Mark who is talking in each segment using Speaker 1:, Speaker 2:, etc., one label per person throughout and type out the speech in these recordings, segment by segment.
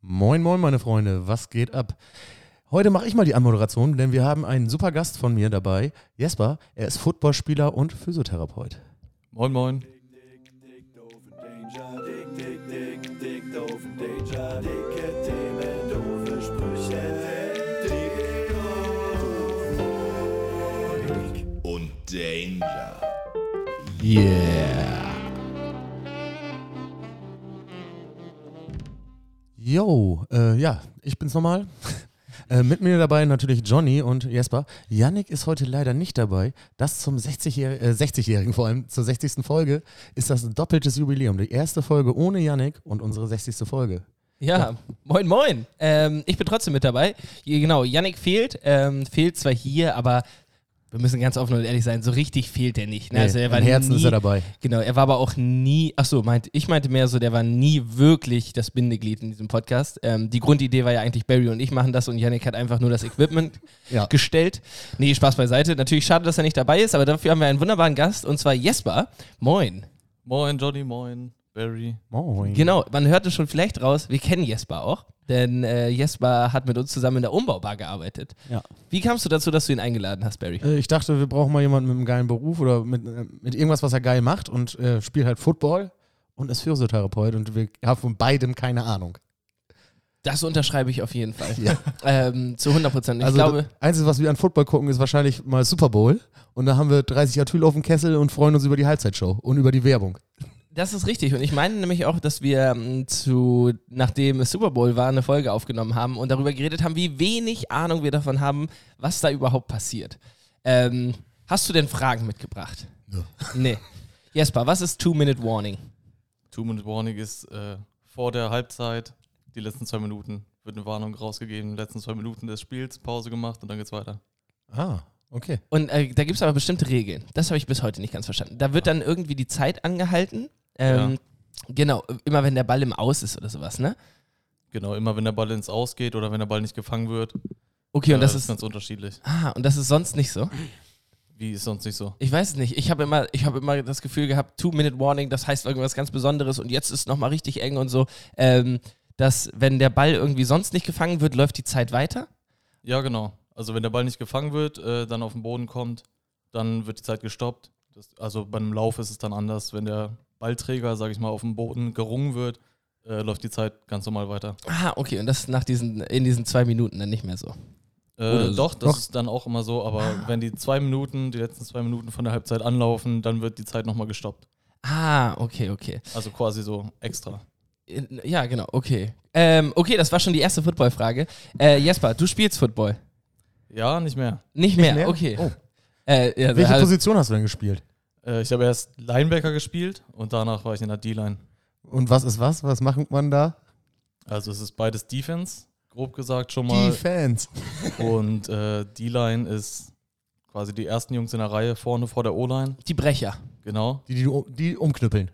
Speaker 1: Moin, moin, meine Freunde, was geht ab? Heute mache ich mal die Anmoderation, denn wir haben einen super Gast von mir dabei, Jesper. Er ist Footballspieler und Physiotherapeut.
Speaker 2: Moin, moin.
Speaker 3: und Danger.
Speaker 1: Yeah. Yo, äh, ja, ich bin's nochmal. Äh, mit mir dabei natürlich Johnny und Jesper. Yannick ist heute leider nicht dabei. Das zum 60-Jährigen, äh, 60-Jährigen vor allem, zur 60. Folge ist das ein doppeltes Jubiläum. Die erste Folge ohne Yannick und unsere 60. Folge.
Speaker 4: Ja, moin, moin. Ähm, ich bin trotzdem mit dabei. Ja, Genau, Yannick fehlt. Ähm, fehlt zwar hier, aber wir müssen ganz offen und ehrlich sein, so richtig fehlt er nicht. Ne?
Speaker 1: Nee, im Herzen
Speaker 4: nie,
Speaker 1: ist er dabei.
Speaker 4: Genau, er war aber auch nie, achso, meint, ich meinte mehr so, der war nie wirklich das Bindeglied in diesem Podcast. Ähm, die Grundidee war ja eigentlich, Barry und ich machen das und Yannick hat einfach nur das Equipment
Speaker 1: Ja.
Speaker 4: gestellt. Nee, Spaß beiseite. Natürlich schade, dass er nicht dabei ist, aber dafür haben wir einen wunderbaren Gast und zwar Jesper. Moin.
Speaker 2: Moin, Johnny, moin, Barry.
Speaker 1: Moin.
Speaker 4: Genau, man hört es schon vielleicht raus, wir kennen Jesper auch, denn äh, Jesper hat mit uns zusammen in der Umbaubar gearbeitet.
Speaker 1: Ja.
Speaker 4: Wie kamst du dazu, dass du ihn eingeladen hast, Barry?
Speaker 1: Äh, Ich dachte, wir brauchen mal jemanden mit einem geilen Beruf oder mit, äh, mit irgendwas, was er geil macht und äh, spielt halt Football und ist Physiotherapeut und wir haben von beidem keine Ahnung.
Speaker 4: Das unterschreibe ich auf jeden Fall.
Speaker 1: Ja.
Speaker 4: Ähm, zu 100 Prozent. Ich
Speaker 1: also
Speaker 4: glaube,
Speaker 1: das Einzige, was wir an Football gucken, ist wahrscheinlich mal Super Bowl und da haben wir 30 Atyl auf dem Kessel und freuen uns über die Halbzeitshow und über die Werbung.
Speaker 4: das ist richtig. Und ich meine nämlich auch, dass wir ähm, zu, nachdem es Super Bowl war, eine Folge aufgenommen haben und darüber geredet haben, wie wenig Ahnung wir davon haben, was da überhaupt passiert. Ähm, hast du denn Fragen mitgebracht?
Speaker 1: Ja.
Speaker 4: Nee. Jesper, was ist Two-Minute-Warning?
Speaker 2: Two-Minute-Warning ist äh, vor der Halbzeit, die letzten zwei Minuten, wird eine Warnung rausgegeben, die letzten zwei Minuten des Spiels, Pause gemacht und dann geht's weiter.
Speaker 1: Ah, okay.
Speaker 4: Und äh, da gibt es aber bestimmte Regeln. Das habe ich bis heute nicht ganz verstanden. Da wird dann irgendwie die Zeit angehalten. Ähm, Genau, immer wenn der Ball im Aus ist oder sowas, ne?
Speaker 2: Genau, immer wenn der Ball ins Aus geht oder wenn der Ball nicht gefangen wird.
Speaker 4: Okay, und
Speaker 2: äh,
Speaker 4: das
Speaker 2: ist
Speaker 4: ist.
Speaker 2: ganz unterschiedlich.
Speaker 4: Ah, und das ist sonst nicht so.
Speaker 2: Wie ist sonst nicht so?
Speaker 4: Ich weiß es nicht. Ich habe immer, ich habe immer das Gefühl gehabt, Two-Minute-Warning, das heißt irgendwas ganz Besonderes und jetzt ist nochmal richtig eng und so. Ähm, dass, wenn der Ball irgendwie sonst nicht gefangen wird, läuft die Zeit weiter.
Speaker 2: Ja, genau. Also wenn der Ball nicht gefangen wird, äh, dann auf den Boden kommt, dann wird die Zeit gestoppt. Das, also beim Lauf ist es dann anders. Wenn der Ballträger, sage ich mal, auf dem Boden gerungen wird, äh, läuft die Zeit ganz normal weiter.
Speaker 4: Ah, okay, und das ist nach diesen, in diesen zwei Minuten dann nicht mehr so.
Speaker 2: Äh,
Speaker 4: so.
Speaker 2: doch, das
Speaker 1: Doch.
Speaker 2: ist dann auch immer so, aber wenn die zwei Minuten, die letzten zwei Minuten von der Halbzeit anlaufen, dann wird die Zeit nochmal gestoppt.
Speaker 4: Ah, okay, okay.
Speaker 2: Also quasi so extra.
Speaker 4: In- Ja, genau, okay. Ähm, okay, das war schon die erste Football-Frage. Äh, Jesper, du spielst Football.
Speaker 2: Ja, nicht mehr.
Speaker 4: Nicht, mehr. okay.
Speaker 1: Oh.
Speaker 4: Äh, ja,
Speaker 1: Welche
Speaker 4: also-
Speaker 1: Position hast du denn gespielt?
Speaker 2: Äh, ich habe erst Linebacker gespielt und danach war ich in der D-Line.
Speaker 1: Und was ist was? Was macht man da?
Speaker 2: Also es ist beides Defense, grob gesagt schon mal.
Speaker 1: Defense.
Speaker 2: Und äh, D-Line ist quasi die ersten Jungs in der Reihe vorne vor der O-Line.
Speaker 4: Die Brecher.
Speaker 2: Genau.
Speaker 1: Die, die, du- die umknüppeln.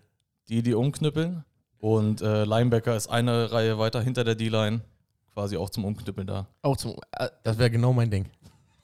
Speaker 2: Die, die umknüppeln. Und äh, Linebacker ist eine Reihe weiter hinter der D-Line. Quasi auch zum Umknüppeln da.
Speaker 4: Auch zum. Äh,
Speaker 1: Das wäre genau mein Ding.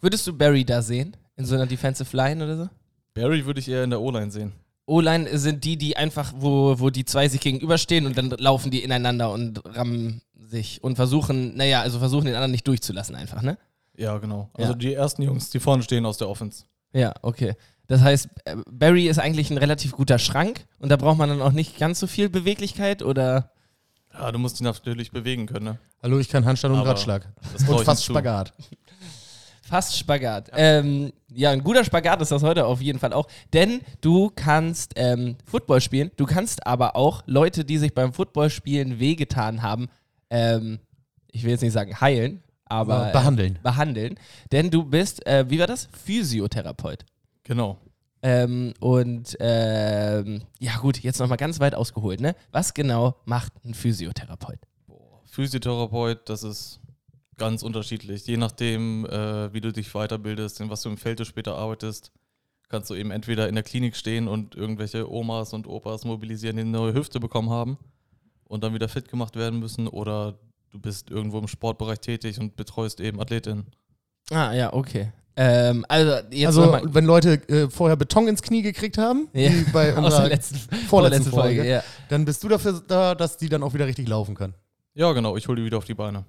Speaker 4: würdest du Barry da sehen? In so einer Defensive Line oder so?
Speaker 2: Barry würde ich eher in der O-Line sehen.
Speaker 4: O-Line sind die, die einfach, wo, wo die zwei sich gegenüberstehen und dann laufen die ineinander und rammen sich und versuchen, naja, also versuchen den anderen nicht durchzulassen einfach, ne?
Speaker 2: Ja, genau. Also
Speaker 4: Ja.
Speaker 2: die ersten Jungs, die vorne stehen aus der Offense.
Speaker 4: Ja, okay. Das heißt, äh, Barry ist eigentlich ein relativ guter Schrank und da braucht man dann auch nicht ganz so viel Beweglichkeit oder.
Speaker 2: Ja, du musst dich natürlich bewegen können, ne?
Speaker 1: Hallo, ich kann Handstand und
Speaker 2: Aber
Speaker 1: Radschlag.
Speaker 2: Das trau
Speaker 1: Und
Speaker 2: ich
Speaker 1: fast
Speaker 2: nicht zu.
Speaker 1: Spagat.
Speaker 4: Fast Spagat. Ähm, ja, ein guter Spagat ist das heute auf jeden Fall auch. Denn du kannst ähm, Football spielen, du kannst aber auch Leute, die sich beim Footballspielen wehgetan haben, ähm, ich will jetzt nicht sagen heilen, aber äh,
Speaker 1: Behandeln.
Speaker 4: behandeln. Denn du bist, äh, wie war das? Physiotherapeut.
Speaker 2: Genau.
Speaker 4: Ähm, und ähm, ja gut, jetzt nochmal ganz weit ausgeholt. Ne? Was genau macht ein Physiotherapeut?
Speaker 2: Physiotherapeut, das ist ganz unterschiedlich. Je nachdem, äh, wie du dich weiterbildest, in was du im Feld du später arbeitest, kannst du eben entweder in der Klinik stehen und irgendwelche Omas und Opas mobilisieren, die eine neue Hüfte bekommen haben und dann wieder fit gemacht werden müssen oder du bist irgendwo im Sportbereich tätig und betreust eben Athletinnen.
Speaker 4: Ah ja, okay. Ähm, also jetzt
Speaker 1: also,
Speaker 4: nochmal
Speaker 1: wenn Leute äh, vorher Beton ins Knie gekriegt haben,
Speaker 4: Ja.
Speaker 1: wie bei
Speaker 4: aus der
Speaker 1: unserer
Speaker 4: letzten,
Speaker 1: vorletzten Folge,
Speaker 4: ja.
Speaker 1: dann bist du dafür da, dass die dann auch wieder richtig laufen können.
Speaker 2: Ja, genau, ich hole die wieder auf die Beine.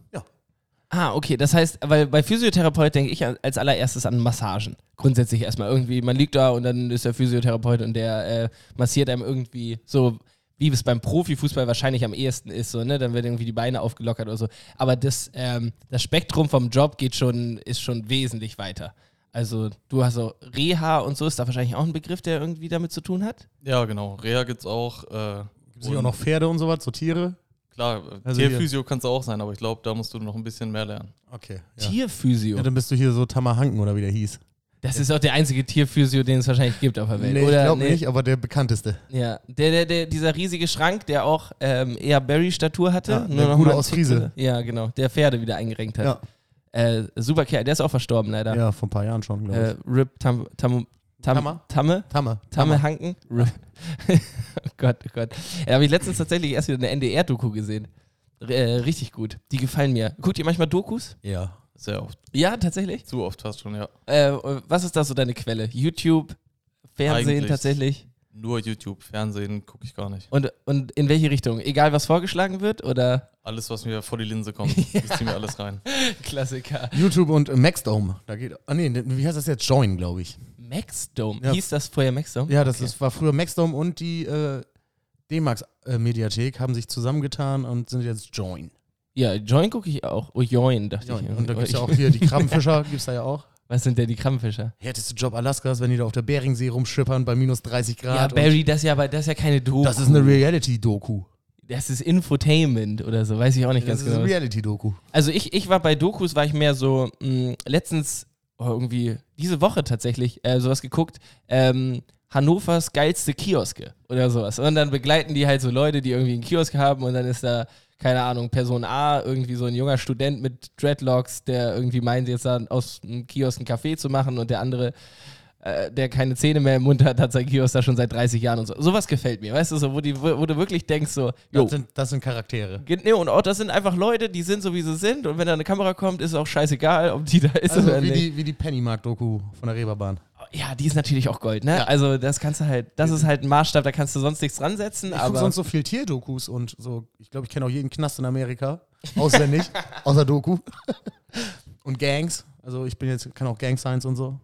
Speaker 4: Ah, okay. Das heißt, weil bei Physiotherapeut denke ich als allererstes an Massagen. Grundsätzlich erstmal irgendwie, man liegt da und dann ist der Physiotherapeut und der äh, massiert einem irgendwie so, wie es beim Profifußball wahrscheinlich am ehesten ist, so, ne? Dann werden irgendwie die Beine aufgelockert oder so. Aber das, ähm, das Spektrum vom Job geht schon, ist schon wesentlich weiter. Also du hast so Reha und so, ist da wahrscheinlich auch ein Begriff, der irgendwie damit zu tun hat?
Speaker 2: Ja, genau. Reha gibt's auch. Äh,
Speaker 1: Gibt es auch noch Pferde und sowas, so Tiere?
Speaker 2: Klar,
Speaker 1: Also
Speaker 2: also
Speaker 1: hier.
Speaker 2: Tierphysio kannst du auch sein, aber ich glaube, da musst du noch ein bisschen mehr lernen.
Speaker 1: Okay. Ja.
Speaker 4: Tierphysio.
Speaker 1: Ja, dann bist du hier so Tamahanken oder wie der hieß.
Speaker 4: das ist auch der einzige Tierphysio, den es wahrscheinlich gibt auf der Welt.
Speaker 1: ich
Speaker 4: oder?
Speaker 1: glaube
Speaker 4: Nee.
Speaker 1: nicht, aber der bekannteste.
Speaker 4: Ja, der, der, der, dieser riesige Schrank, der auch ähm, eher Barry-Statur hatte.
Speaker 1: Ja,
Speaker 4: nur
Speaker 1: der
Speaker 4: noch
Speaker 1: Gute
Speaker 4: mal
Speaker 1: aus
Speaker 4: einen
Speaker 1: Friese.
Speaker 4: Tick- Ja, genau. Der Pferde wieder eingerenkt hat.
Speaker 1: Ja.
Speaker 4: Äh, super Kerl, der ist auch verstorben leider.
Speaker 1: Ja, vor ein paar Jahren schon, glaube ich.
Speaker 4: äh, Rip Tam, Tam, Tam,
Speaker 1: Tammer?
Speaker 4: Tamme?
Speaker 1: Tamme.
Speaker 4: Tamme Hanken? Rip. oh Gott, oh Gott. Da habe ich letztens tatsächlich erst wieder eine NDR-Doku gesehen. R äh, richtig gut. Die gefallen mir. Guckt ihr manchmal Dokus?
Speaker 1: Ja.
Speaker 2: Sehr oft.
Speaker 4: Ja, tatsächlich.
Speaker 2: Zu oft fast schon, ja.
Speaker 4: Äh, was ist da so deine Quelle? YouTube? Fernsehen
Speaker 2: Eigentlich.
Speaker 4: tatsächlich?
Speaker 2: Nur YouTube, Fernsehen gucke ich gar nicht.
Speaker 4: Und, und in welche Richtung? Egal, was vorgeschlagen wird? Oder?
Speaker 2: Alles, was mir vor die Linse kommt, ich ziehe mir alles rein.
Speaker 4: Klassiker.
Speaker 1: YouTube und äh, Maxdome. Da geht. Ah nee, ne- wie heißt das jetzt? Join, glaube ich.
Speaker 4: Maxdome.
Speaker 1: Ja.
Speaker 4: Hieß das vorher Maxdome?
Speaker 1: Ja, das
Speaker 4: Okay.
Speaker 1: ist, war früher Maxdome und die äh, D-Max-Mediathek haben sich zusammengetan und sind jetzt Join.
Speaker 4: Ja, Join gucke ich auch. Oh, Join, dachte
Speaker 1: Join.
Speaker 4: ich.
Speaker 1: Und da gibt es ja
Speaker 4: Ich-
Speaker 1: auch hier die Krabbenfischer, gibt es da ja auch.
Speaker 4: Was sind denn die Krabbenfischer?
Speaker 1: Härteste Job Alaskas, wenn die da auf der Beringsee rumschippern bei minus 30
Speaker 4: Ja,
Speaker 1: Grad. und-
Speaker 4: Barry, das ist ja, aber das ist ja keine Doku.
Speaker 1: das ist eine Reality-Doku.
Speaker 4: Das ist Infotainment oder so, weiß ich auch nicht
Speaker 1: Das
Speaker 4: ganz
Speaker 1: ist
Speaker 4: genau.
Speaker 1: eine Reality-Doku.
Speaker 4: Also ich, ich war bei Dokus, war ich mehr so, mh, letztens, oh, irgendwie, diese Woche tatsächlich, äh, sowas geguckt, ähm, Hannovers geilste Kioske oder sowas. Und dann begleiten die halt so Leute, die irgendwie einen Kiosk haben und dann ist da, keine Ahnung, Person A, irgendwie so ein junger Student mit Dreadlocks, der irgendwie meint, jetzt da aus einem Kiosk einen Kaffee zu machen und der andere, äh, der keine Zähne mehr im Mund hat, hat sein Kiosk da schon seit 30 Jahren und so. Sowas gefällt mir, weißt du, so, wo, die, wo, wo du wirklich denkst, so, jo,
Speaker 1: Das sind, das sind Charaktere.
Speaker 4: Ge- Nee, und auch das sind einfach Leute, die sind so wie sie sind und wenn da eine Kamera kommt, ist es auch scheißegal, ob die da ist
Speaker 1: Also
Speaker 4: oder
Speaker 1: wie
Speaker 4: nicht.
Speaker 1: die, wie die Pennymark-Doku von der Reeperbahn.
Speaker 4: ja, die ist natürlich auch Gold, ne? Also das kannst du halt, das ist halt ein Maßstab, da kannst du sonst nichts dran setzen,
Speaker 1: Ich gucke
Speaker 4: aber
Speaker 1: sonst so viel Tierdokus und so. Ich glaube, ich kenne auch jeden Knast in Amerika. Auswendig. außer Doku. und Gangs. Also ich bin jetzt, kann auch Gang Science und so.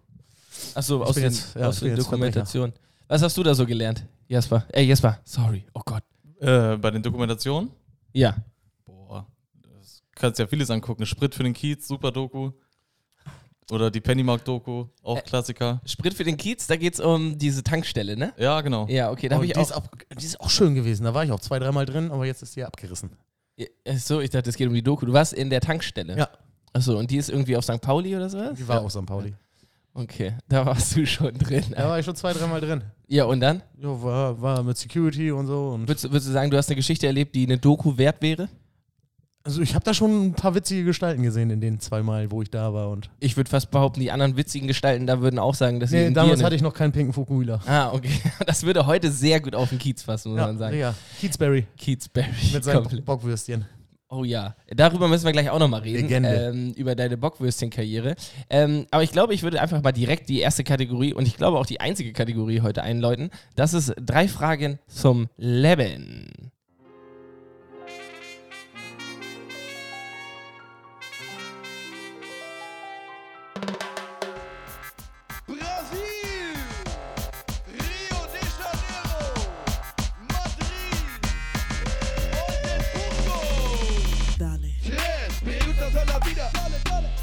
Speaker 4: achso,
Speaker 1: ich
Speaker 4: aus,
Speaker 1: bin
Speaker 4: den,
Speaker 1: jetzt- ja,
Speaker 4: aus
Speaker 1: ich bin
Speaker 4: den
Speaker 1: jetzt
Speaker 4: Dokumentationen. Was hast du da so gelernt, Jasper? Ey, Jasper, sorry, oh Gott.
Speaker 2: Äh, bei den Dokumentationen,
Speaker 4: Ja,
Speaker 2: boah, das kannst ja vieles angucken. Sprit für den Kiez, super Doku. Oder die Pennymark-Doku, auch
Speaker 4: Ä-
Speaker 2: Klassiker.
Speaker 4: Sprit für den Kiez, da geht's um diese Tankstelle, ne?
Speaker 2: Ja, genau.
Speaker 4: Ja, okay, da habe
Speaker 1: Und
Speaker 4: ich
Speaker 1: Oh, die, ist
Speaker 4: auch.
Speaker 1: ab, die ist auch schön gewesen. Da war ich auch zwei, dreimal drin, aber jetzt ist die abgerissen.
Speaker 4: Achso, ich dachte, es geht um die Doku. Du warst in der Tankstelle.
Speaker 1: Ja.
Speaker 4: Achso, und die ist irgendwie auf St. Pauli oder sowas?
Speaker 1: Die war auch St. Pauli.
Speaker 4: Okay, da warst du schon drin.
Speaker 1: Da war ich schon zwei, dreimal drin.
Speaker 4: Ja, und dann?
Speaker 1: Ja, war, war mit Security und so. Und
Speaker 4: Würdest, du- würdest du sagen, du hast eine Geschichte erlebt, die eine Doku wert wäre?
Speaker 1: also ich habe da schon ein paar witzige Gestalten gesehen in den zweimal, wo ich da war. Und
Speaker 4: Ich würde fast behaupten, die anderen witzigen Gestalten da würden auch sagen, dass sie.
Speaker 1: nee,
Speaker 4: in
Speaker 1: damals
Speaker 4: dir
Speaker 1: hatte ich noch keinen pinken Fukuhila.
Speaker 4: Ah, okay. Das würde heute sehr gut auf den Kiez passen, muss
Speaker 1: Ja,
Speaker 4: man sagen.
Speaker 1: ja, Kiezberry
Speaker 4: Kiezberry.
Speaker 1: mit seinen
Speaker 4: komplett.
Speaker 1: Bockwürstchen.
Speaker 4: Oh ja. Darüber müssen wir gleich auch nochmal reden.
Speaker 1: Legende.
Speaker 4: Ähm, über deine Bockwürstchen-Karriere. Ähm, aber ich glaube, ich würde einfach mal direkt die erste Kategorie und ich glaube auch die einzige Kategorie heute einläuten. Das ist drei Fragen zum Leben.
Speaker 3: Brasil! Rio de Janeiro! Madrid! Oldenburgo!
Speaker 5: Dale,
Speaker 3: Tres preguntas a la vida!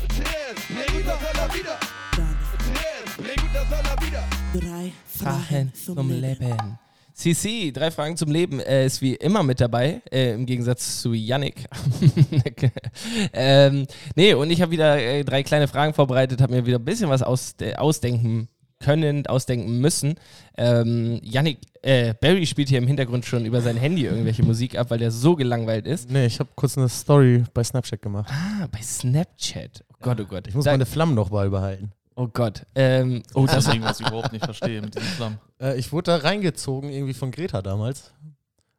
Speaker 3: Tres preguntas a la vida!
Speaker 5: dale,
Speaker 3: Tres preguntas a la vida!
Speaker 5: drei
Speaker 4: Fragen zum Leben. CC, drei Fragen zum Leben, äh, ist wie immer mit dabei, äh, im Gegensatz zu Yannick. ähm, nee, und ich habe wieder äh, drei kleine Fragen vorbereitet, habe mir wieder ein bisschen was aus, äh, ausdenken können, ausdenken müssen. Ähm, Yannick, äh, Barry spielt hier im Hintergrund schon über sein Handy irgendwelche Musik ab, weil der so gelangweilt ist.
Speaker 1: Nee, ich habe kurz eine Story bei Snapchat gemacht.
Speaker 4: Ah, bei Snapchat. Oh Gott, oh Gott.
Speaker 1: Ich muss
Speaker 4: Da-
Speaker 1: meine Flammen noch mal behalten.
Speaker 4: oh Gott. Ähm, oh, das,
Speaker 2: Deswegen, was ich überhaupt nicht verstehe mit diesen Flammen.
Speaker 1: Äh, ich wurde da reingezogen, irgendwie von Greta damals.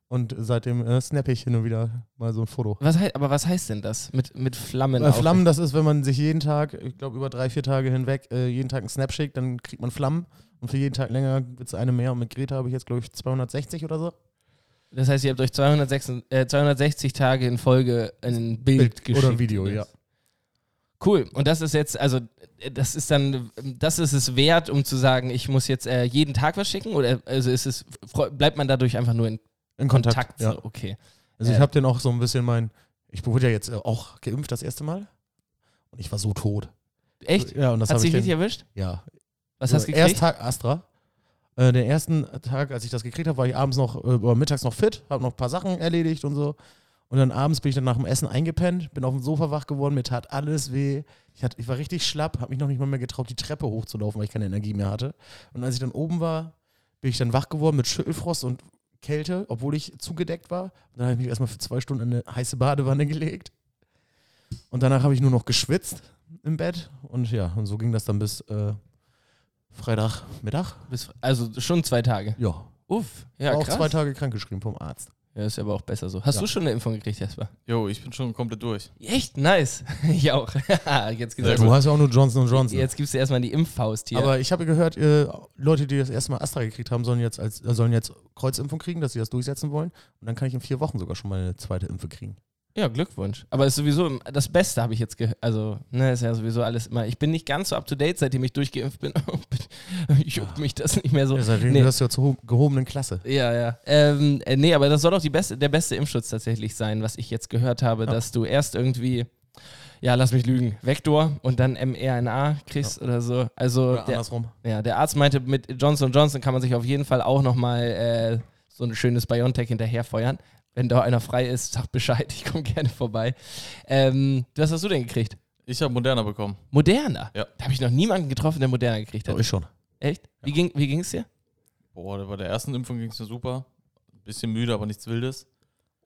Speaker 1: Und seitdem äh, snappe ich hin und wieder mal so ein Foto.
Speaker 4: was heißt, aber was heißt denn das mit, mit Flammen?
Speaker 1: Äh,
Speaker 4: auf-
Speaker 1: Flammen, das ist, wenn man sich jeden Tag, ich glaube über drei, vier Tage hinweg, äh, jeden Tag einen Snap schickt, dann kriegt man Flammen. Und für jeden Tag länger wird es eine mehr. Und mit Greta habe ich jetzt, glaube ich, 260 oder so.
Speaker 4: Das heißt, ihr habt euch 260, äh, 260 Tage in Folge ein Bild geschickt.
Speaker 1: Oder ein Video, ja.
Speaker 4: Cool. Und das ist jetzt, also äh, das ist dann, ähm, das ist es wert, um zu sagen, ich muss jetzt äh, jeden Tag was schicken? Oder also ist es, freu- bleibt man dadurch einfach nur in
Speaker 1: In Kontakt.
Speaker 4: Kontakt?
Speaker 1: ja.
Speaker 4: so? Okay.
Speaker 1: Also ich
Speaker 4: Äh.
Speaker 1: habe den auch so ein bisschen mein, ich wurde ja jetzt äh, auch geimpft das erste Mal und ich war so tot.
Speaker 4: Echt?
Speaker 1: Ja, und das
Speaker 4: Hat
Speaker 1: habe
Speaker 4: sich
Speaker 1: ich
Speaker 4: richtig
Speaker 1: den,
Speaker 4: erwischt?
Speaker 1: ja.
Speaker 4: Was hast du gekriegt?
Speaker 1: Erst Tag Astra. Äh, den ersten Tag, als ich das gekriegt habe, war ich abends noch, äh, oder mittags noch fit, habe noch ein paar Sachen erledigt und so. Und dann abends bin ich dann nach dem Essen eingepennt, bin auf dem Sofa wach geworden, mir tat alles weh. Ich, hatte, ich war richtig schlapp, habe mich noch nicht mal mehr getraut, die Treppe hochzulaufen, weil ich keine Energie mehr hatte. Und als ich dann oben war, bin ich dann wach geworden mit Schüttelfrost und Kälte, obwohl ich zugedeckt war. Und dann habe ich mich erstmal für zwei Stunden in eine heiße Badewanne gelegt. Und danach habe ich nur noch geschwitzt im Bett. Und ja, und so ging das dann bis äh, Freitagmittag.
Speaker 4: Bis- Also schon zwei Tage.
Speaker 1: Ja.
Speaker 4: Uff.
Speaker 1: War
Speaker 4: Ja,
Speaker 1: auch
Speaker 4: krass.
Speaker 1: zwei Tage krankgeschrieben vom Arzt.
Speaker 4: Ja, ist aber auch besser so. Hast
Speaker 1: Ja.
Speaker 4: du schon eine Impfung gekriegt, Jasper?
Speaker 2: Jo, ich bin schon komplett durch.
Speaker 4: Echt? Nice. ich auch. jetzt
Speaker 2: Sehr
Speaker 4: gibt's,
Speaker 1: Du hast ja auch nur Johnson Johnson.
Speaker 4: jetzt gibst du erstmal die Impffaust hier.
Speaker 1: Aber ich habe gehört, äh, Leute, die das erste Mal Astra gekriegt haben, sollen jetzt, als, äh, sollen jetzt Kreuzimpfung kriegen, dass sie das durchsetzen wollen. Und dann kann ich in vier Wochen sogar schon mal eine zweite Impfe kriegen.
Speaker 4: Ja, Glückwunsch. Aber ist sowieso im- das Beste, habe ich jetzt gehört. Also, ne, ist ja sowieso alles immer. Ich bin nicht ganz so up to date, seitdem ich durchgeimpft bin. Juckt mich das nicht mehr so.
Speaker 1: Ja, seitdem
Speaker 4: nee.
Speaker 1: du das ja zur ho- gehobenen Klasse.
Speaker 4: Ja, ja. Ähm, äh, nee, aber das soll doch die beste, der beste Impfschutz tatsächlich sein, was ich jetzt gehört habe,
Speaker 1: Ja.
Speaker 4: dass du erst irgendwie, ja, lass mich lügen, Vektor und dann mRNA kriegst oder so. Also,
Speaker 1: Oder
Speaker 4: der,
Speaker 1: andersrum.
Speaker 4: ja, der Arzt meinte, mit Johnson Johnson kann man sich auf jeden Fall auch nochmal äh, so ein schönes Biontech hinterherfeuern. Wenn da einer frei ist, sag Bescheid, ich komme gerne vorbei. Ähm, was hast du denn gekriegt?
Speaker 2: Ich habe Moderna bekommen.
Speaker 4: Moderna.
Speaker 2: Ja.
Speaker 4: Da habe ich noch niemanden getroffen, der Moderna gekriegt hat.
Speaker 1: Ja, Oh, ich schon.
Speaker 4: Echt? Wie ging es dir?
Speaker 2: Boah, bei der ersten Impfung ging es mir super. Ein bisschen müde, aber nichts Wildes.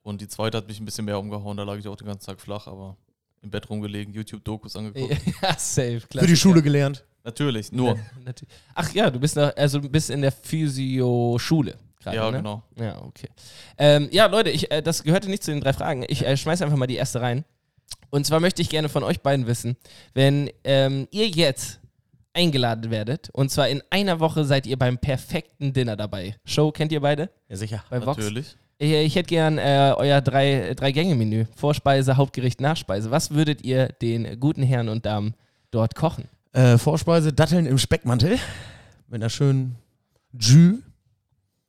Speaker 2: Und die zweite hat mich ein bisschen mehr umgehauen. Da lag ich auch den ganzen Tag flach, aber im Bett rumgelegen, YouTube-Dokus angeguckt.
Speaker 4: ja, safe, klar.
Speaker 1: Oh. Für die Schule gelernt.
Speaker 2: Natürlich, nur.
Speaker 4: Natu- Ach ja, du bist, noch, also bist in der Physio-Schule. gerade,
Speaker 2: ja,
Speaker 4: ne?
Speaker 2: genau.
Speaker 4: Ja, okay. Ähm, ja, Leute, ich, äh, das gehörte nicht zu den drei Fragen. Ich äh, schmeiße einfach mal die erste rein. Und zwar möchte ich gerne von euch beiden wissen, wenn ähm, ihr jetzt eingeladen werdet, und zwar in einer Woche seid ihr beim perfekten Dinner dabei. Show kennt ihr beide?
Speaker 1: Ja, sicher.
Speaker 4: Bei Vox?
Speaker 2: Natürlich.
Speaker 4: Ich, ich hätte gern äh, euer drei, drei Gänge-Menü. Vorspeise, Hauptgericht, Nachspeise. Was würdet ihr den guten Herren und Damen dort kochen?
Speaker 1: Äh, Vorspeise, Datteln im Speckmantel. Mit einer schönen Jus.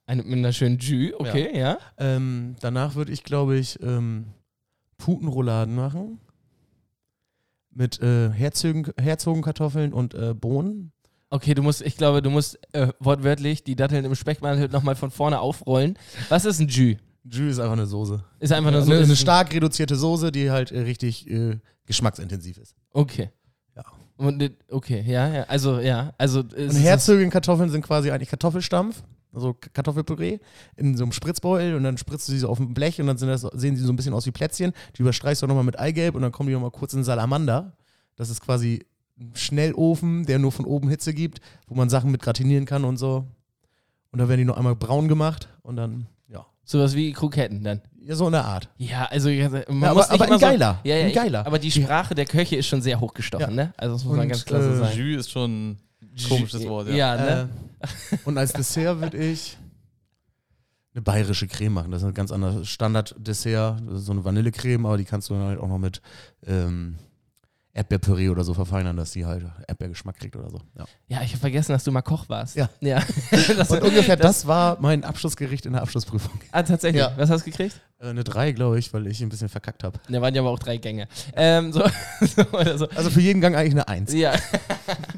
Speaker 4: Eine, mit einer schönen Jus, okay, ja.
Speaker 1: Ähm, danach würde ich, glaube ich, ähm, Putenrouladen machen. Mit äh, Herzögen, Herzogenkartoffeln und äh, Bohnen.
Speaker 4: Okay, du musst, ich glaube, du musst äh, wortwörtlich die Datteln im Speckmantel nochmal von vorne aufrollen. Was ist ein Jus?
Speaker 1: Jus ist einfach eine Soße.
Speaker 4: Ist einfach nur so.
Speaker 1: eine,
Speaker 4: ist
Speaker 1: ne, eine
Speaker 4: ein-
Speaker 1: stark reduzierte Soße, die halt äh, richtig äh, geschmacksintensiv ist.
Speaker 4: Okay.
Speaker 1: Ja.
Speaker 4: Und, äh, okay, ja, ja. Also, ja. Also, es
Speaker 1: Und
Speaker 4: ist-
Speaker 1: Herzögenkartoffeln sind quasi eigentlich Kartoffelstampf, also K- Kartoffelpüree, in so einem Spritzbeutel und dann spritzt du sie so auf dem Blech und dann sind das, sehen sie so ein bisschen aus wie Plätzchen. Die überstreichst du nochmal mit Eigelb und dann kommen die nochmal kurz in Salamander. Das ist quasi ein Schnellofen, der nur von oben Hitze gibt, wo man Sachen mit gratinieren kann und so. Und dann werden die noch einmal braun gemacht und dann, ja,
Speaker 4: sowas wie Kroketten dann.
Speaker 1: ja so in der Art.
Speaker 4: Ja, also, ja, man
Speaker 1: aber-
Speaker 4: muss nicht
Speaker 1: aber
Speaker 4: immer
Speaker 1: ein geiler,
Speaker 4: So, ja, ja,
Speaker 1: ein
Speaker 4: ich-
Speaker 1: geiler.
Speaker 4: Aber die Sprache der Köche ist schon sehr hochgestochen,
Speaker 1: Ja.
Speaker 4: ne? Also, das muss man
Speaker 1: Und,
Speaker 4: ganz klar so
Speaker 1: äh,
Speaker 4: sagen.
Speaker 2: Jus ist schon ein komisches Wort, ja.
Speaker 4: Ja, ne?
Speaker 1: Äh, und als Dessert würde ich eine bayerische Creme machen. Das ist ein ganz anderes Standard-Dessert. Das ist so eine Vanillecreme, aber die kannst du dann halt auch noch mit ähm, Erdbeerpüree oder so verfeinern, dass die halt Erdbeergeschmack kriegt oder so. Ja.
Speaker 4: Ja, ich habe vergessen, dass du mal Koch warst.
Speaker 1: Äh. Ja.
Speaker 4: ja. das,
Speaker 1: Und ungefähr das war mein Abschlussgericht in der Abschlussprüfung.
Speaker 4: ah, tatsächlich.
Speaker 1: Ja.
Speaker 4: Was hast du gekriegt?
Speaker 1: Äh, Eine 3, glaube ich, weil ich ein bisschen verkackt habe.
Speaker 4: Da waren ja aber auch drei Gänge. Ähm, so, so oder so.
Speaker 1: Also für jeden Gang eigentlich eine 1.
Speaker 4: Ja.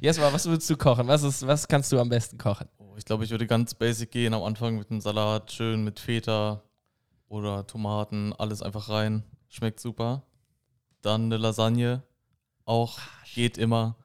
Speaker 4: Jesper, was würdest du kochen? Was, ist, was kannst du am besten kochen?
Speaker 2: Oh, Ich glaube, ich würde ganz basic gehen. Am Anfang mit einem Salat, schön mit Feta oder Tomaten, alles einfach rein. Schmeckt super. Dann eine Lasagne, auch geht immer.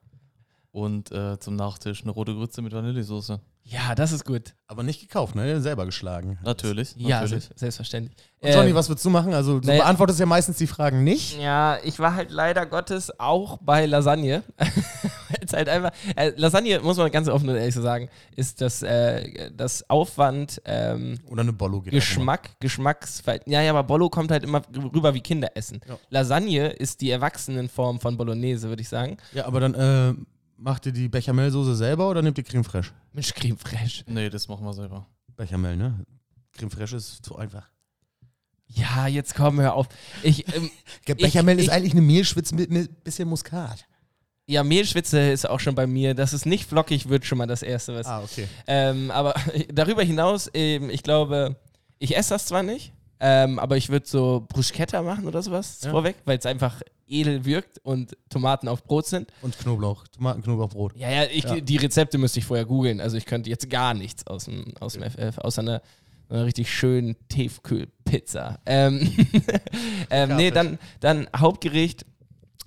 Speaker 2: Und äh, zum Nachtisch eine rote Grütze mit Vanillesoße.
Speaker 4: Ja, das ist gut.
Speaker 1: Aber nicht gekauft, ne? Selber geschlagen.
Speaker 2: Natürlich,
Speaker 4: Ja, also
Speaker 2: natürlich.
Speaker 4: se- selbstverständlich.
Speaker 1: Und Johnny,
Speaker 4: Ähm,
Speaker 1: was würdest du machen? Also du
Speaker 4: naja.
Speaker 1: beantwortest ja meistens die Fragen nicht.
Speaker 4: Ja, ich war halt leider Gottes auch bei Lasagne. Weil's halt einfach, äh, Lasagne, muss man ganz offen und ehrlich so sagen, ist das, äh, das Aufwand, ähm,
Speaker 1: Oder eine Bollo geht auch immer.
Speaker 4: Geschmack, Geschmacksverhalten. Ja, ja, aber Bollo kommt halt immer rüber wie Kinderessen.
Speaker 1: Ja.
Speaker 4: Lasagne ist die Erwachsenenform von Bolognese, würde ich sagen.
Speaker 1: Ja, aber dann äh, macht ihr die Bechamelsoße selber oder nehmt ihr Creme fraiche?
Speaker 4: Mensch, Creme Fraiche.
Speaker 2: Nee, das machen wir selber.
Speaker 1: Bechamel, ne? Creme Fraiche ist zu einfach.
Speaker 4: Ja, jetzt komm, hör auf. Ich, ähm,
Speaker 1: Bechermel
Speaker 4: ich-
Speaker 1: ist eigentlich eine Mehlschwitze mit ein bisschen Muskat.
Speaker 4: ja, Mehlschwitze ist auch schon bei mir. Dass es nicht flockig wird, schon mal das Erste, was
Speaker 1: Ah, okay.
Speaker 4: Ähm, aber darüber hinaus, ähm, ich glaube, ich esse das zwar nicht, ähm, aber ich würde so Bruschetta machen oder sowas
Speaker 1: Ja.
Speaker 4: vorweg, weil es einfach edel wirkt und Tomaten auf Brot sind.
Speaker 1: Und Knoblauch, Tomatenknoblauchbrot.
Speaker 4: Ja, ja, ich,
Speaker 1: Ja.
Speaker 4: die Rezepte müsste ich vorher googeln. Also ich könnte jetzt gar nichts aus dem, aus dem FF, außer einer, einer richtig schönen Tiefkühlpizza. Ähm, ähm, nee,
Speaker 1: Fertig.
Speaker 4: dann, dann Hauptgericht.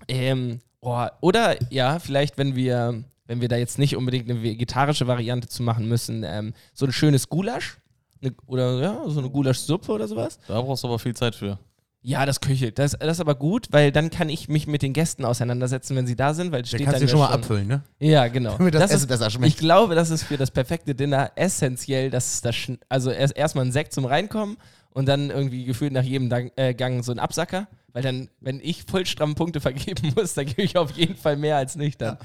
Speaker 4: Ähm, oh, oder ja, vielleicht, wenn wir, wenn wir da jetzt nicht unbedingt eine vegetarische Variante zu machen müssen, ähm, so ein schönes Gulasch. Eine, oder ja, so eine Gulaschsuppe oder sowas.
Speaker 2: Da brauchst du aber viel Zeit für.
Speaker 4: Ja, das Küche. Das, das ist aber gut, weil dann kann ich mich mit den Gästen auseinandersetzen, wenn sie da sind, weil
Speaker 1: Da
Speaker 4: steht
Speaker 1: kannst du
Speaker 4: dann
Speaker 1: dir schon
Speaker 4: ja
Speaker 1: mal abfüllen, ne?
Speaker 4: ja, genau.
Speaker 1: Damit das Essen
Speaker 4: ist,
Speaker 1: besser schmeckt.
Speaker 4: Ich glaube, das ist für das perfekte Dinner essentiell, dass das schn- also erst erstmal ein Sekt zum Reinkommen und dann irgendwie gefühlt nach jedem Dank, äh, Gang so ein Absacker, weil dann, wenn ich voll stramm Punkte vergeben muss, dann gebe ich auf jeden Fall mehr als nüchtern.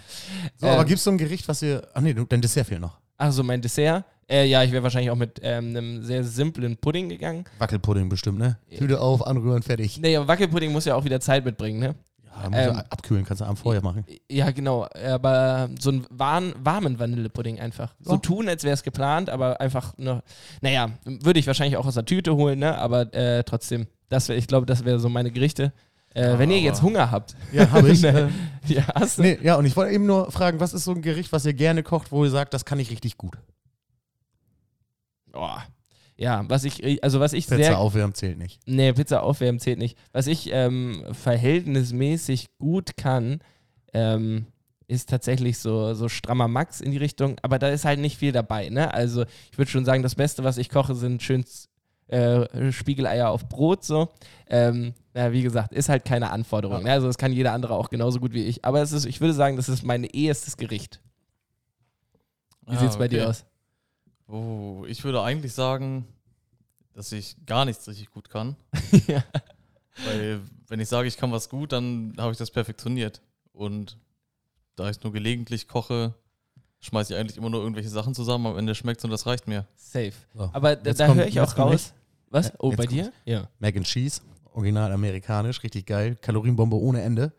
Speaker 1: So,
Speaker 4: Ähm.
Speaker 1: aber gibst du ein Gericht, was ihr. Ach nee, du- dein Dessert fehlt noch.
Speaker 4: Also mein Dessert, äh, ja, ich wäre wahrscheinlich auch mit ähm, einem sehr simplen Pudding gegangen.
Speaker 1: Wackelpudding bestimmt, ne? Tüte auf, anrühren, fertig.
Speaker 4: Nee, aber Wackelpudding muss ja auch wieder Zeit mitbringen, ne?
Speaker 1: Ja, musst du
Speaker 4: Ähm.
Speaker 1: abkühlen, kannst du am Feuer machen.
Speaker 4: Ja, genau, aber so einen warm, warmen Vanillepudding einfach. So
Speaker 1: Ja.
Speaker 4: tun, als wäre es geplant, aber einfach nur, naja, würde ich wahrscheinlich auch aus der Tüte holen, ne? aber äh, trotzdem, das wär, ich glaube, das wäre so meine Gerichte. Äh, wenn ihr
Speaker 2: Aber-
Speaker 4: jetzt Hunger habt,
Speaker 1: Ja, habe ich.
Speaker 4: Nee.
Speaker 1: äh,
Speaker 4: ja, hast du,
Speaker 1: nee, ja, und ich wollte eben nur fragen, was ist so ein Gericht, was ihr gerne kocht, wo ihr sagt, das kann ich richtig gut?
Speaker 4: oh. ja, was ich, also was ich
Speaker 1: Pizza
Speaker 4: sehr,
Speaker 1: aufwärmen zählt nicht.
Speaker 4: nee, Pizza aufwärmen zählt nicht. Was ich ähm, verhältnismäßig gut kann, ähm, ist tatsächlich so, so strammer Max in die Richtung, aber da ist halt nicht viel dabei. Ne? Also ich würde schon sagen, das Beste, was ich koche, sind schön äh, Spiegeleier auf Brot so. Ähm, na, wie gesagt, ist halt keine Anforderung. Ne? Also das kann jeder andere auch genauso gut wie ich. Aber es ist, ich würde sagen, das ist mein ehestes Gericht. Wie
Speaker 1: Ah,
Speaker 4: sieht's bei dir aus?
Speaker 2: Oh, ich würde eigentlich sagen, dass ich gar nichts richtig gut kann.
Speaker 4: ja.
Speaker 2: Weil, wenn ich sage, ich kann was gut, dann habe ich das perfektioniert. Und da ich nur gelegentlich koche, schmeiße ich eigentlich immer nur irgendwelche Sachen zusammen. Am Ende schmeckt es und das reicht mir.
Speaker 4: Safe.
Speaker 1: So.
Speaker 4: Aber da,
Speaker 1: Jetzt
Speaker 4: da
Speaker 1: kommt-
Speaker 4: höre ich
Speaker 1: jetzt
Speaker 4: auch
Speaker 1: komm
Speaker 4: raus. Was? Oh,
Speaker 1: Jetzt
Speaker 4: bei
Speaker 1: kommt's.
Speaker 4: dir? Ja.
Speaker 1: Mac and Cheese, original amerikanisch, richtig geil. Kalorienbombe ohne Ende.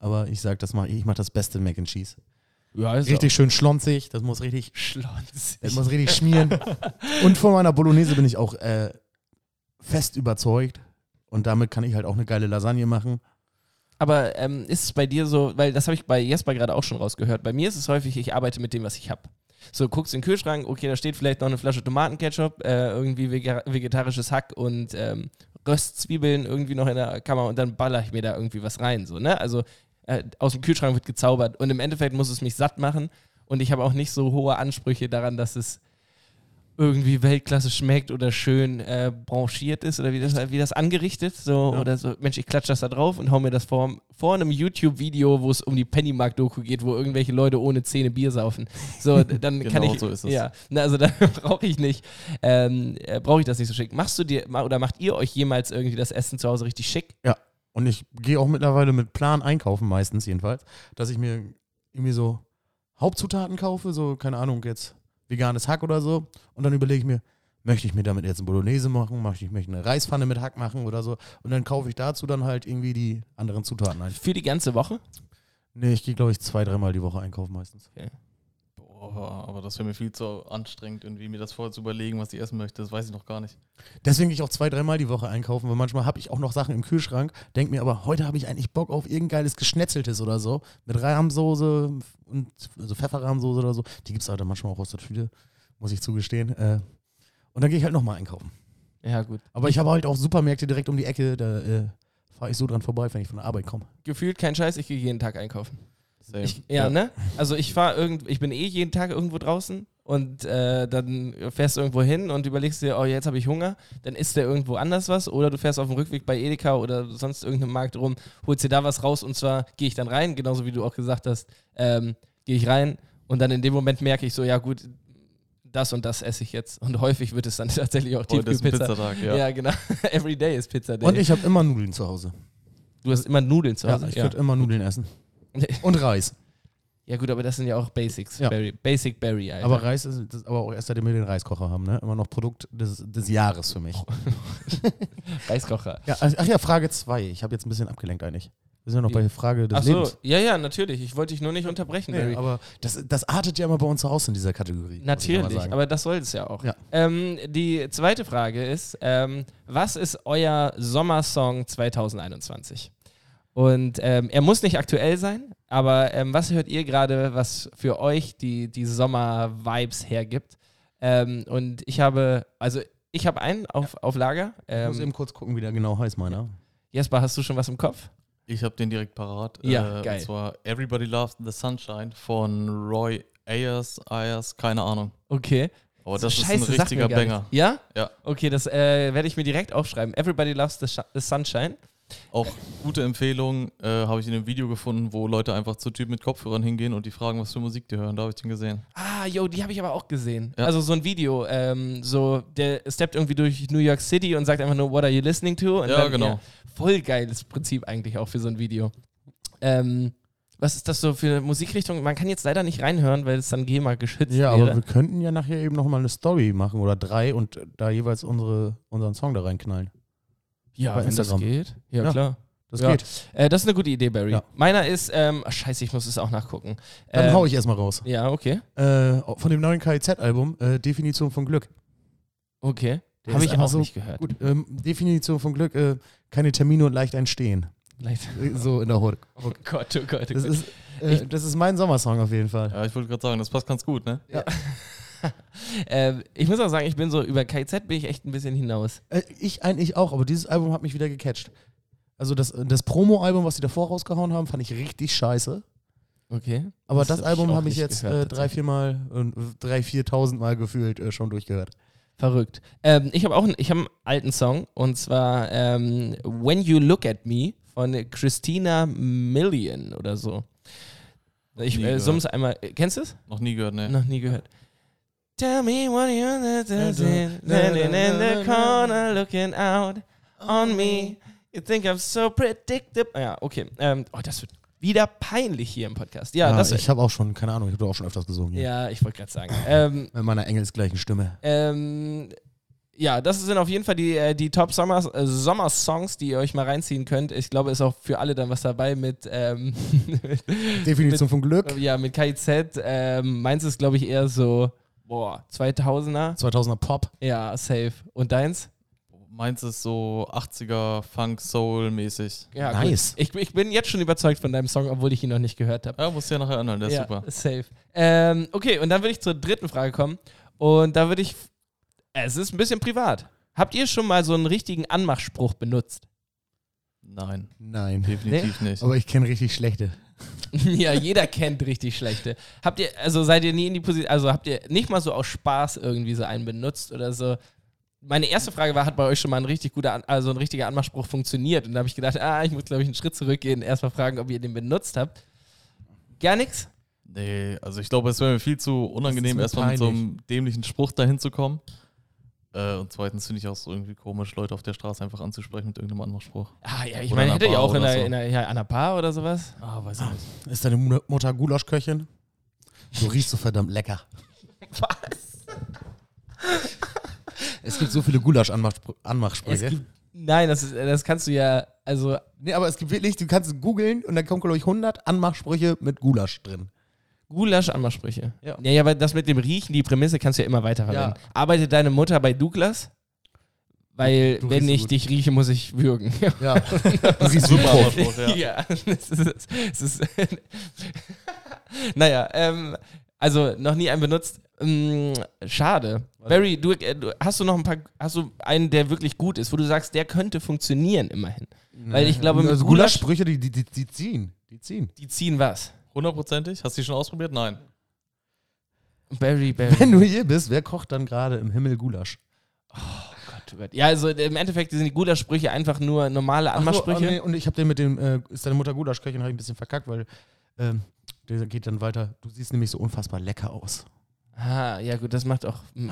Speaker 1: Aber ich sag, das mach ich, ich mach das beste Mac and Cheese.
Speaker 4: Ja, ist
Speaker 1: Richtig schön schlonzig, das muss richtig,
Speaker 4: Schlons.
Speaker 1: das muss richtig schmieren. Und von meiner Bolognese bin ich auch äh, fest überzeugt. Und damit kann ich halt auch eine geile Lasagne machen.
Speaker 4: Aber ähm, ist es bei dir so, weil das habe ich bei Jesper gerade auch schon rausgehört, bei mir ist es häufig, ich arbeite mit dem, was ich habe. So, guckst in den Kühlschrank, okay, da steht vielleicht noch eine Flasche Tomatenketchup, äh, irgendwie vega vegetarisches Hack und ähm, Röstzwiebeln irgendwie noch in der Kammer und dann baller ich mir da irgendwie was rein. So, ne? Also äh, aus dem Kühlschrank wird gezaubert und im Endeffekt muss es mich satt machen und ich habe auch nicht so hohe Ansprüche daran, dass es irgendwie Weltklasse schmeckt oder schön äh, branchiert ist oder wie das, wie das angerichtet so
Speaker 1: Ja.
Speaker 4: oder so Mensch ich klatsche das da drauf und hau mir das vor, vor einem YouTube Video wo es um die Pennymark Doku geht wo irgendwelche Leute ohne Zähne Bier saufen so d- dann kann
Speaker 2: Genau
Speaker 4: ich
Speaker 2: so ist es.
Speaker 4: ja na, also dann brauche ich nicht ähm, äh, brauche ich das nicht so schick machst du dir ma- oder macht ihr euch jemals irgendwie das Essen zu Hause richtig schick
Speaker 1: Und ich gehe auch mittlerweile mit Plan einkaufen, meistens jedenfalls, dass ich mir irgendwie so Hauptzutaten kaufe, so, keine Ahnung, jetzt veganes Hack oder so. Und dann überlege ich mir, möchte ich mir damit jetzt ein Bolognese machen, möchte ich mir eine Reispfanne mit Hack machen oder so. Und dann kaufe ich dazu dann halt irgendwie die anderen Zutaten ein.
Speaker 4: für die ganze Woche
Speaker 1: Nee, ich gehe, glaube ich, zwei, dreimal die Woche einkaufen meistens.
Speaker 2: Boah, aber das wäre mir viel zu anstrengend, irgendwie mir das vorher zu überlegen, was ich essen möchte. Das weiß ich noch gar nicht.
Speaker 1: Deswegen gehe ich auch zwei, dreimal die Woche einkaufen, weil manchmal habe ich auch noch Sachen im Kühlschrank, denke mir aber, heute habe ich eigentlich Bock auf irgendein geiles Geschnetzeltes oder so. Mit Rahmsoße und also Pfefferrahmsoße oder so. Die gibt es halt dann manchmal auch aus der Tüte, muss ich zugestehen. Äh, und dann gehe ich halt nochmal einkaufen.
Speaker 4: ja gut
Speaker 1: Aber ich habe halt auch Supermärkte direkt um die Ecke, da äh, fahre ich so dran vorbei, wenn ich von der Arbeit komme.
Speaker 4: gefühlt kein Scheiß ich gehe jeden Tag einkaufen
Speaker 2: Same.
Speaker 4: Ich, ja, ne? Also ich fahr irgend, ich bin eh jeden Tag irgendwo draußen und äh, dann fährst du irgendwo hin und überlegst dir, oh, jetzt habe ich Hunger, dann isst der irgendwo anders was oder du fährst auf dem Rückweg bei Edeka oder sonst irgendeinem Markt rum, holst dir da was raus und zwar gehe ich dann rein, genauso wie du auch gesagt hast, ähm, gehe ich rein und dann in dem Moment merke ich so, ja gut, das und das esse ich jetzt und häufig wird es dann tatsächlich auch
Speaker 2: Heute Oh, ist ein
Speaker 4: Tiefkühlpizza.
Speaker 2: Pizzatag, ja.
Speaker 4: Ja. genau. Every day ist Pizza Day.
Speaker 1: Und ich habe immer Nudeln zu Hause. Also
Speaker 4: du hast immer Nudeln zu
Speaker 1: Ja,
Speaker 4: Hause.
Speaker 1: ich würde immer Nudeln essen. Und Reis.
Speaker 4: Ja, gut, aber das sind ja auch Basics.
Speaker 1: Ja.
Speaker 4: Barry, Basic Barry, Alter.
Speaker 1: Aber Reis ist das ist aber auch erst, seitdem wir den Reiskocher haben, ne? Immer noch Produkt des, des Jahres für mich.
Speaker 4: Reiskocher.
Speaker 1: Ja, also- ach ja, Frage 2. Ich habe jetzt ein bisschen abgelenkt eigentlich. Wir sind ja noch bei Frage des
Speaker 4: Ach so,
Speaker 1: Lebens.
Speaker 4: ja, ja, natürlich. Ich wollte dich nur nicht unterbrechen,
Speaker 1: Nee,
Speaker 4: Barry.
Speaker 1: aber das, das artet ja immer bei uns aus in dieser Kategorie. muss ich mal
Speaker 4: Natürlich,
Speaker 1: sagen.
Speaker 4: aber das soll es ja auch.
Speaker 1: Ja.
Speaker 4: Ähm, die zweite Frage ist, ähm, was ist euer Sommersong 2021? Und ähm, er muss nicht aktuell sein, aber ähm, was hört ihr gerade, was für euch die, die Sommer-Vibes hergibt? Ähm, und ich habe, also ich habe einen auf, auf Lager.
Speaker 1: ich muss eben
Speaker 4: Ähm,
Speaker 1: kurz gucken, wie der genau heißt, meiner.
Speaker 4: Jesper, hast du schon was im Kopf?
Speaker 2: Ich habe den direkt parat.
Speaker 4: Ja,
Speaker 2: äh,
Speaker 4: geil.
Speaker 2: Und zwar Everybody Loves the Sunshine von Roy Ayers, Ayers, keine Ahnung.
Speaker 4: Okay.
Speaker 2: Aber Oh, das
Speaker 4: Scheiße,
Speaker 2: ist
Speaker 4: sagt
Speaker 2: ein richtiger
Speaker 4: mir gar
Speaker 2: Banger.
Speaker 4: nichts. Ja?
Speaker 2: Ja.
Speaker 4: Okay, das äh, werde ich mir direkt aufschreiben. Everybody loves the, Sh- the sunshine.
Speaker 2: Auch gute Empfehlung, äh, habe ich in einem Video gefunden, wo Leute einfach zu Typen mit Kopfhörern hingehen und die fragen, was für Musik die hören. Da habe ich den gesehen.
Speaker 4: Ah, yo, die habe ich aber auch gesehen.
Speaker 2: Ja.
Speaker 4: Also so ein Video, ähm, so der steppt irgendwie durch New York City und sagt einfach nur, what are you listening to? Und
Speaker 2: Ja, genau.
Speaker 4: voll geiles Prinzip eigentlich auch für so ein Video. Ähm, was ist das so für eine Musikrichtung? Man kann jetzt leider nicht reinhören, weil es dann GEMA geschützt
Speaker 1: Ja, aber
Speaker 4: wäre.
Speaker 1: wir könnten ja nachher eben nochmal eine Story machen oder drei und da jeweils unsere, unseren Song da reinknallen.
Speaker 4: ja,
Speaker 1: bei
Speaker 4: wenn
Speaker 1: Instagram.
Speaker 4: das geht. Ja,
Speaker 1: Ja.
Speaker 4: klar.
Speaker 1: Das
Speaker 4: Ja.
Speaker 1: geht.
Speaker 4: Äh, das ist eine gute Idee, Barry.
Speaker 1: Ja.
Speaker 4: Meiner ist, ähm, ach, scheiße, ich muss es auch nachgucken.
Speaker 1: Dann
Speaker 4: ähm,
Speaker 1: hau ich erstmal raus.
Speaker 4: Ja, okay.
Speaker 1: Äh, von dem neuen KIZ-Album, äh, Definition von Glück.
Speaker 4: Okay.
Speaker 1: Der
Speaker 4: Habe
Speaker 1: ist
Speaker 4: ich also
Speaker 1: einfach
Speaker 4: auch
Speaker 1: so
Speaker 4: nicht gehört.
Speaker 1: Gut, ähm, Definition von Glück, äh, keine Termine und leicht entstehen.
Speaker 4: Leicht.
Speaker 1: So in der Hood.
Speaker 4: Oh Gott, oh Gott, oh
Speaker 1: Das
Speaker 4: Gott.
Speaker 1: ist, äh, das ist mein Sommersong auf jeden Fall.
Speaker 2: Ja, ich wollte gerade sagen, das passt ganz gut, ne?
Speaker 4: Ähm, ich muss auch sagen, ich bin so, über KZ bin ich echt ein bisschen hinaus.
Speaker 1: Äh, ich eigentlich auch, aber dieses Album hat mich wieder gecatcht. Also das, das Promo-Album, was die davor rausgehauen haben, fand ich richtig scheiße.
Speaker 4: Okay.
Speaker 1: Aber
Speaker 4: Das
Speaker 1: das,
Speaker 4: hab ich
Speaker 1: Album
Speaker 4: auch
Speaker 1: habe ich
Speaker 4: nicht
Speaker 1: jetzt
Speaker 4: gehört,
Speaker 1: äh, drei, vier Mal, und drei, viertausend Mal gefühlt äh, schon durchgehört.
Speaker 4: Verrückt. Ähm, ich habe auch einen, ich hab einen alten Song und zwar ähm, When You Look at Me von Christina Million oder so. Ich
Speaker 2: nie
Speaker 4: äh,
Speaker 2: gehört.
Speaker 4: summ's einmal. äh, Kennst du es?
Speaker 2: Noch nie gehört, ne?
Speaker 4: Noch nie gehört. Tell me what you're standing in the corner looking out on
Speaker 1: Oh.
Speaker 4: me. You think I'm so predictable. Ja, okay. Ähm, oh, das wird wieder peinlich hier im Podcast. Ja, das,
Speaker 1: Ah, ich habe auch schon, keine Ahnung, ich habe auch schon öfters gesungen. hier.
Speaker 4: ja ich wollte gerade sagen. Ähm,
Speaker 1: Mit meiner engelsgleichen Stimme.
Speaker 4: Ähm, ja, das sind auf jeden Fall die, äh, die Top Sommers, äh, Sommersongs, die ihr euch mal reinziehen könnt. Ich glaube, ist auch für alle dann was dabei mit, ähm, äh,
Speaker 1: Definition von Glück.
Speaker 4: ja, mit KIZ. Ähm, meins ist, glaube ich, eher so, boah, 2000er.
Speaker 1: 2000er Pop.
Speaker 4: Ja, safe. Und deins?
Speaker 2: Meins ist so 80er Funk Soul mäßig.
Speaker 4: Ja,
Speaker 1: Nice.
Speaker 4: Gut. Ich, ich bin jetzt schon überzeugt von deinem Song, obwohl ich ihn noch nicht gehört habe.
Speaker 2: Ja, musst du ja nachher anhören, der ist
Speaker 4: ja,
Speaker 2: super.
Speaker 4: Safe. Ähm, okay, und dann würde ich zur dritten Frage kommen. Und da würde ich. Es ist ein bisschen privat. Habt ihr schon mal so einen richtigen Anmachspruch benutzt?
Speaker 2: Nein,
Speaker 1: Nein.
Speaker 2: definitiv nicht.
Speaker 1: Aber ich kenne richtig schlechte.
Speaker 4: Ja, jeder kennt richtig schlechte. Habt ihr, also seid ihr nie in die Position, also habt ihr nicht mal so aus Spaß irgendwie so einen benutzt oder so? Meine erste Frage war, hat bei euch schon mal ein richtig guter, An- also ein richtiger Anmachspruch funktioniert? Und da habe ich gedacht, ah, ich muss, glaube ich, einen Schritt zurückgehen, erstmal fragen, ob ihr den benutzt habt. Gar nichts?
Speaker 2: Nee, also ich glaube, es wäre mir viel zu unangenehm,
Speaker 1: mir
Speaker 2: erstmal mit so
Speaker 1: peinlich.
Speaker 2: einem dämlichen Spruch dahin zu kommen. Äh, und zweitens finde ich auch so irgendwie komisch, Leute auf der Straße einfach anzusprechen mit irgendeinem Anmachspruch.
Speaker 4: Ah, ja, ich meine,
Speaker 2: Oder in einer
Speaker 4: hätte ja
Speaker 2: Bar
Speaker 4: auch in
Speaker 2: oder
Speaker 4: einer,
Speaker 2: so.
Speaker 4: in einer, ja, an einer Bar oder sowas.
Speaker 2: Ah, weiß ich nicht.
Speaker 1: Ist deine Mu- Mutter Gulaschköchin? Du riechst so verdammt lecker.
Speaker 4: Was?
Speaker 1: Es gibt so viele Gulasch-Anmachsprüche.
Speaker 4: Nein, das, ist, das kannst du ja, also,
Speaker 1: Nee, aber es gibt wirklich, du kannst googeln und dann kommen, glaube ich, 100 Anmachsprüche mit Gulasch drin.
Speaker 4: Gulasch-Anmachsprüche.
Speaker 1: Ja.
Speaker 4: ja, aber das mit dem Riechen, die Prämisse kannst du ja immer weiterverwenden.
Speaker 1: Ja.
Speaker 4: Arbeitet deine Mutter bei Douglas? Weil,
Speaker 1: Du
Speaker 4: wenn
Speaker 1: riechst
Speaker 4: ich
Speaker 1: gut.
Speaker 4: dich rieche, muss ich würgen.
Speaker 1: Ja. du riechst
Speaker 2: Super
Speaker 1: super.
Speaker 2: Anmachspruch, ja.
Speaker 4: das ist. Das ist naja, ähm, also noch nie einen benutzt. Ähm, schade. Barry, du, äh, du hast du noch ein paar, hast du einen, der wirklich gut ist, wo du sagst, der könnte funktionieren immerhin. Weil ich glaube, mit
Speaker 1: also
Speaker 4: Gulasch,
Speaker 1: Gulaschsprüche, die, die, die, die ziehen. Die ziehen.
Speaker 4: die ziehen was.
Speaker 2: Hundertprozentig? Hast du die schon ausprobiert? Nein.
Speaker 4: Barry, Barry.
Speaker 1: Wenn du hier bist, wer kocht dann gerade im Himmel Gulasch?
Speaker 4: Ja, also im Endeffekt sind die Gulaschsprüche einfach nur normale Anmachsprüche.
Speaker 1: Ach so, oh nee, und ich habe den mit dem, äh, ist deine Mutter Gulaschköchin, habe ich ein bisschen verkackt, weil ähm, der geht dann weiter. Du siehst nämlich so unfassbar lecker aus.
Speaker 4: Ah, ja gut, das macht auch, m-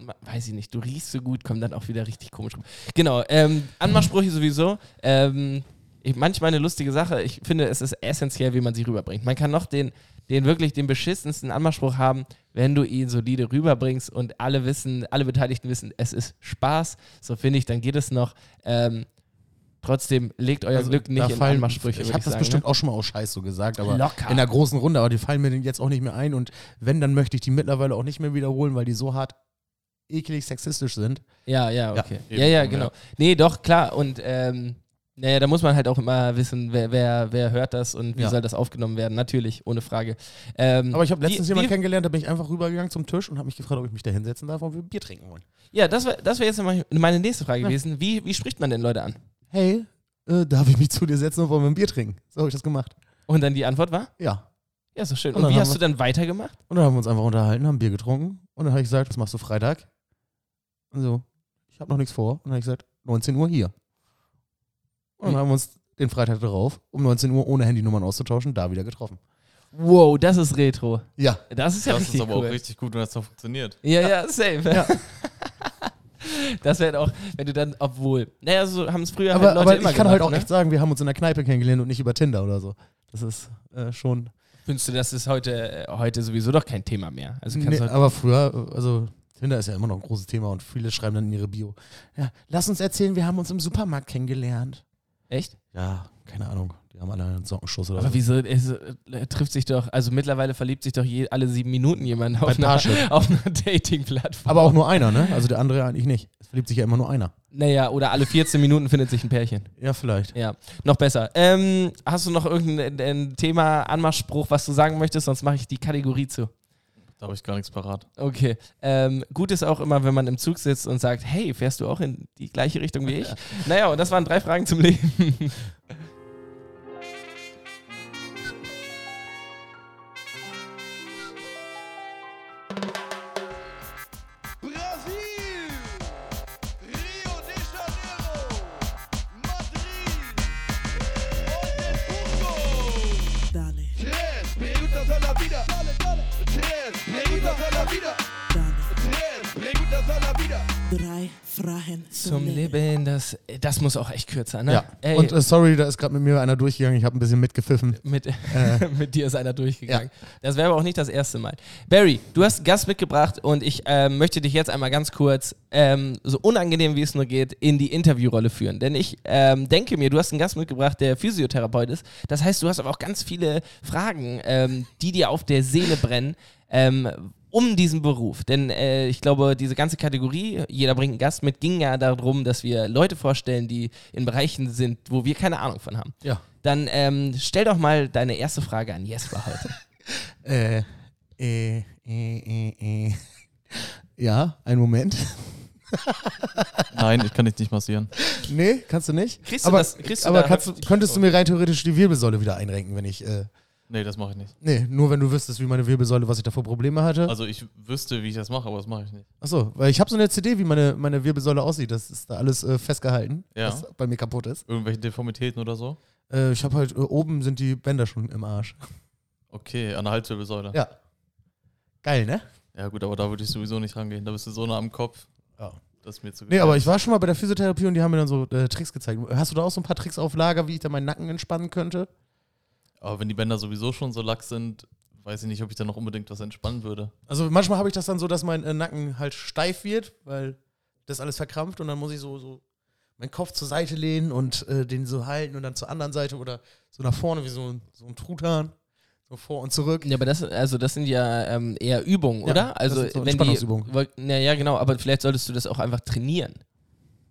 Speaker 4: ma- weiß ich nicht, du riechst so gut, kommt dann auch wieder richtig komisch rum. Genau, ähm, Anmachsprüche sowieso. Ähm, ich, manchmal eine lustige Sache. Ich finde, es ist essentiell, wie man sie rüberbringt. Man kann noch den, den wirklich den beschissensten Anmachspruch haben, wenn du ihn solide rüberbringst und alle wissen, alle Beteiligten wissen, es ist Spaß. So finde ich, dann geht es noch. Ähm, trotzdem legt euer Glück nicht in Anmachsprüche.
Speaker 1: Also ich
Speaker 4: würd
Speaker 1: habe das
Speaker 4: sagen,
Speaker 1: bestimmt
Speaker 4: ne?
Speaker 1: auch schon mal aus Scheiß so gesagt, aber
Speaker 4: Locker.
Speaker 1: in einer großen Runde, aber die fallen mir denn jetzt auch nicht mehr ein und wenn, dann möchte ich die mittlerweile auch nicht mehr wiederholen, weil die so hart eklig sexistisch sind.
Speaker 4: Ja, ja, okay.
Speaker 2: eben,
Speaker 4: Ja, ja,
Speaker 2: ja.
Speaker 4: genau. Nee, doch, klar. Und ähm, naja, da muss man halt auch immer wissen, wer, wer, wer hört das und wie
Speaker 1: Ja.
Speaker 4: soll das aufgenommen werden. Natürlich, ohne Frage. Ähm,
Speaker 1: Aber ich habe letztens
Speaker 4: wie-
Speaker 1: jemanden
Speaker 4: wie-
Speaker 1: kennengelernt, da bin ich einfach rübergegangen zum Tisch und habe mich gefragt, ob ich mich da hinsetzen darf und wir Bier trinken wollen.
Speaker 4: Ja, das wäre das wär jetzt mal meine nächste Frage gewesen. Wie, wie spricht man denn Leute an?
Speaker 1: Hey, äh, darf ich mich zu dir setzen und wollen wir ein Bier trinken? So habe ich das gemacht.
Speaker 4: Und dann die Antwort war?
Speaker 1: Ja.
Speaker 4: Ja, so schön.
Speaker 1: Und
Speaker 4: Und
Speaker 1: dann
Speaker 4: wie
Speaker 1: haben
Speaker 4: hast
Speaker 1: wir-
Speaker 4: du dann weitergemacht?
Speaker 1: Und dann haben wir uns einfach unterhalten, haben Bier getrunken und dann habe ich gesagt, was machst du Freitag? Und so, ich habe noch nichts vor. Und dann habe ich gesagt, 19 Uhr hier. Und dann haben wir uns den Freitag darauf, um 19 Uhr ohne Handynummern auszutauschen, da wieder getroffen.
Speaker 4: Wow, das ist Retro.
Speaker 1: Ja.
Speaker 4: Das ist ja
Speaker 2: Das
Speaker 4: richtig
Speaker 2: ist aber
Speaker 4: cool.
Speaker 2: auch richtig gut, wenn das noch funktioniert.
Speaker 4: Ja, ja, safe. das wäre auch, wenn du dann, obwohl. Naja, so haben es früher
Speaker 1: Aber,
Speaker 4: halt Leute
Speaker 1: aber ich
Speaker 4: immer
Speaker 1: kann
Speaker 4: gemacht,
Speaker 1: halt auch
Speaker 4: ne?
Speaker 1: echt sagen, wir haben uns in der Kneipe kennengelernt und nicht über Tinder oder so. Das ist äh, schon.
Speaker 4: Findest du, das ist heute, äh, heute sowieso doch kein Thema mehr. Also kannst
Speaker 1: Nee,
Speaker 4: du halt,
Speaker 1: aber früher, äh, also Tinder ist ja immer noch ein großes Thema und viele schreiben dann in ihre Bio. Ja, lass uns erzählen, wir haben uns im Supermarkt kennengelernt.
Speaker 4: echt?
Speaker 1: Ja, keine Ahnung. Die haben alle einen Sockenschuss oder
Speaker 4: Aber
Speaker 1: so.
Speaker 4: wieso es, äh, trifft sich doch, also mittlerweile verliebt sich doch je, alle sieben Minuten jemand auf einer,
Speaker 1: Parship.
Speaker 4: auf einer Dating-Plattform.
Speaker 1: Aber auch nur einer, ne? Also der andere eigentlich nicht. Es verliebt sich ja immer nur einer.
Speaker 4: Naja, oder alle 14 Minuten findet sich ein Pärchen.
Speaker 1: Ja, vielleicht.
Speaker 4: Ja, noch besser. Ähm, hast du noch irgendein äh, ein Thema, Anmachspruch, was du sagen möchtest? Sonst mache ich die Kategorie zu.
Speaker 2: Da habe ich gar nichts parat.
Speaker 4: Okay. Ähm, gut ist auch immer, wenn man im Zug sitzt und sagt, hey, fährst du auch in die gleiche Richtung wie ich? naja, und das waren drei Fragen zum Leben.
Speaker 3: Brasil, Rio de Janeiro, Madrid, Oldenburgo.
Speaker 5: Dale,
Speaker 3: Tres preguntas a la vida. Tres preguntas a la vida.
Speaker 5: dale.
Speaker 3: Tres preguntas a la vida.
Speaker 5: Drei Fragen zum,
Speaker 4: zum
Speaker 5: Leben.
Speaker 4: Leben, das, das muss auch echt kürzer, ne?
Speaker 1: Ja.
Speaker 4: Ey,
Speaker 1: Und äh, sorry, da ist gerade mit mir einer durchgegangen. Ich habe ein bisschen mitgepfiffen.
Speaker 4: mit, mit dir ist einer durchgegangen.
Speaker 1: Ja.
Speaker 4: Das wäre aber auch nicht das erste Mal. Barry, du hast einen Gast mitgebracht und ich ähm, möchte dich jetzt einmal ganz kurz, ähm, so unangenehm wie es nur geht, in die Interviewrolle führen. Denn ich ähm, denke mir, du hast einen Gast mitgebracht, der Physiotherapeut ist. Das heißt, du hast aber auch ganz viele Fragen, ähm, die dir auf der Seele brennen. Ähm, um diesen Beruf. Denn äh, ich glaube, diese ganze Kategorie, jeder bringt einen Gast mit, ging ja darum, dass wir Leute vorstellen, die in Bereichen sind, wo wir keine Ahnung von haben.
Speaker 1: Ja.
Speaker 4: Dann ähm, stell doch mal deine erste Frage an Jesper heute.
Speaker 1: Äh, äh, äh, äh, äh. Ja, einen Moment.
Speaker 2: Nein, ich kann dich nicht massieren.
Speaker 1: Nee, kannst du nicht.
Speaker 4: Kriegst du
Speaker 1: aber
Speaker 4: das- kriegst du
Speaker 1: aber
Speaker 4: da-
Speaker 1: kannst, du- halt- könntest du mir rein theoretisch die Wirbelsäule wieder einrenken, wenn ich. Äh,
Speaker 2: Nee, das mache ich nicht.
Speaker 1: nee, nur wenn du wüsstest, wie meine Wirbelsäule, was ich da für Probleme hatte.
Speaker 2: Also ich wüsste, wie ich das mache, aber das mache ich nicht.
Speaker 1: Achso, weil ich habe so eine CD, wie meine, meine Wirbelsäule aussieht. Das ist da alles äh, festgehalten,
Speaker 2: Ja.
Speaker 1: was bei mir kaputt ist.
Speaker 2: Irgendwelche Deformitäten oder so?
Speaker 1: Äh, ich habe halt, äh, oben sind die Bänder schon im Arsch.
Speaker 2: Okay, an der Halswirbelsäule.
Speaker 1: Ja. Geil, ne?
Speaker 2: Ja. gut, aber da würde ich sowieso nicht rangehen. Da bist du so nah am Kopf.
Speaker 1: Ja.
Speaker 2: Das ist mir zu
Speaker 1: Nee, aber ich war schon mal bei der Physiotherapie und die haben mir dann so äh, Tricks gezeigt. Hast du da auch so ein paar Tricks auf Lager, wie ich da meinen Nacken entspannen könnte?
Speaker 2: aber wenn die Bänder sowieso schon so lax sind, weiß ich nicht, ob ich da noch unbedingt was entspannen würde.
Speaker 1: Also manchmal habe ich das dann so, dass mein äh, Nacken halt steif wird, weil das alles verkrampft und dann muss ich so, so meinen Kopf zur Seite lehnen und äh, den so halten und dann zur anderen Seite oder so nach vorne wie so ein, so ein Truthahn. So vor und zurück.
Speaker 4: Ja, aber das, also das sind ja ähm, eher Übungen,
Speaker 1: Ja,
Speaker 4: oder?
Speaker 1: das
Speaker 4: Also
Speaker 1: sind so
Speaker 4: wenn die,
Speaker 1: Entspannungsübungen.
Speaker 4: woll- na, ja, genau, aber vielleicht solltest du das auch einfach trainieren.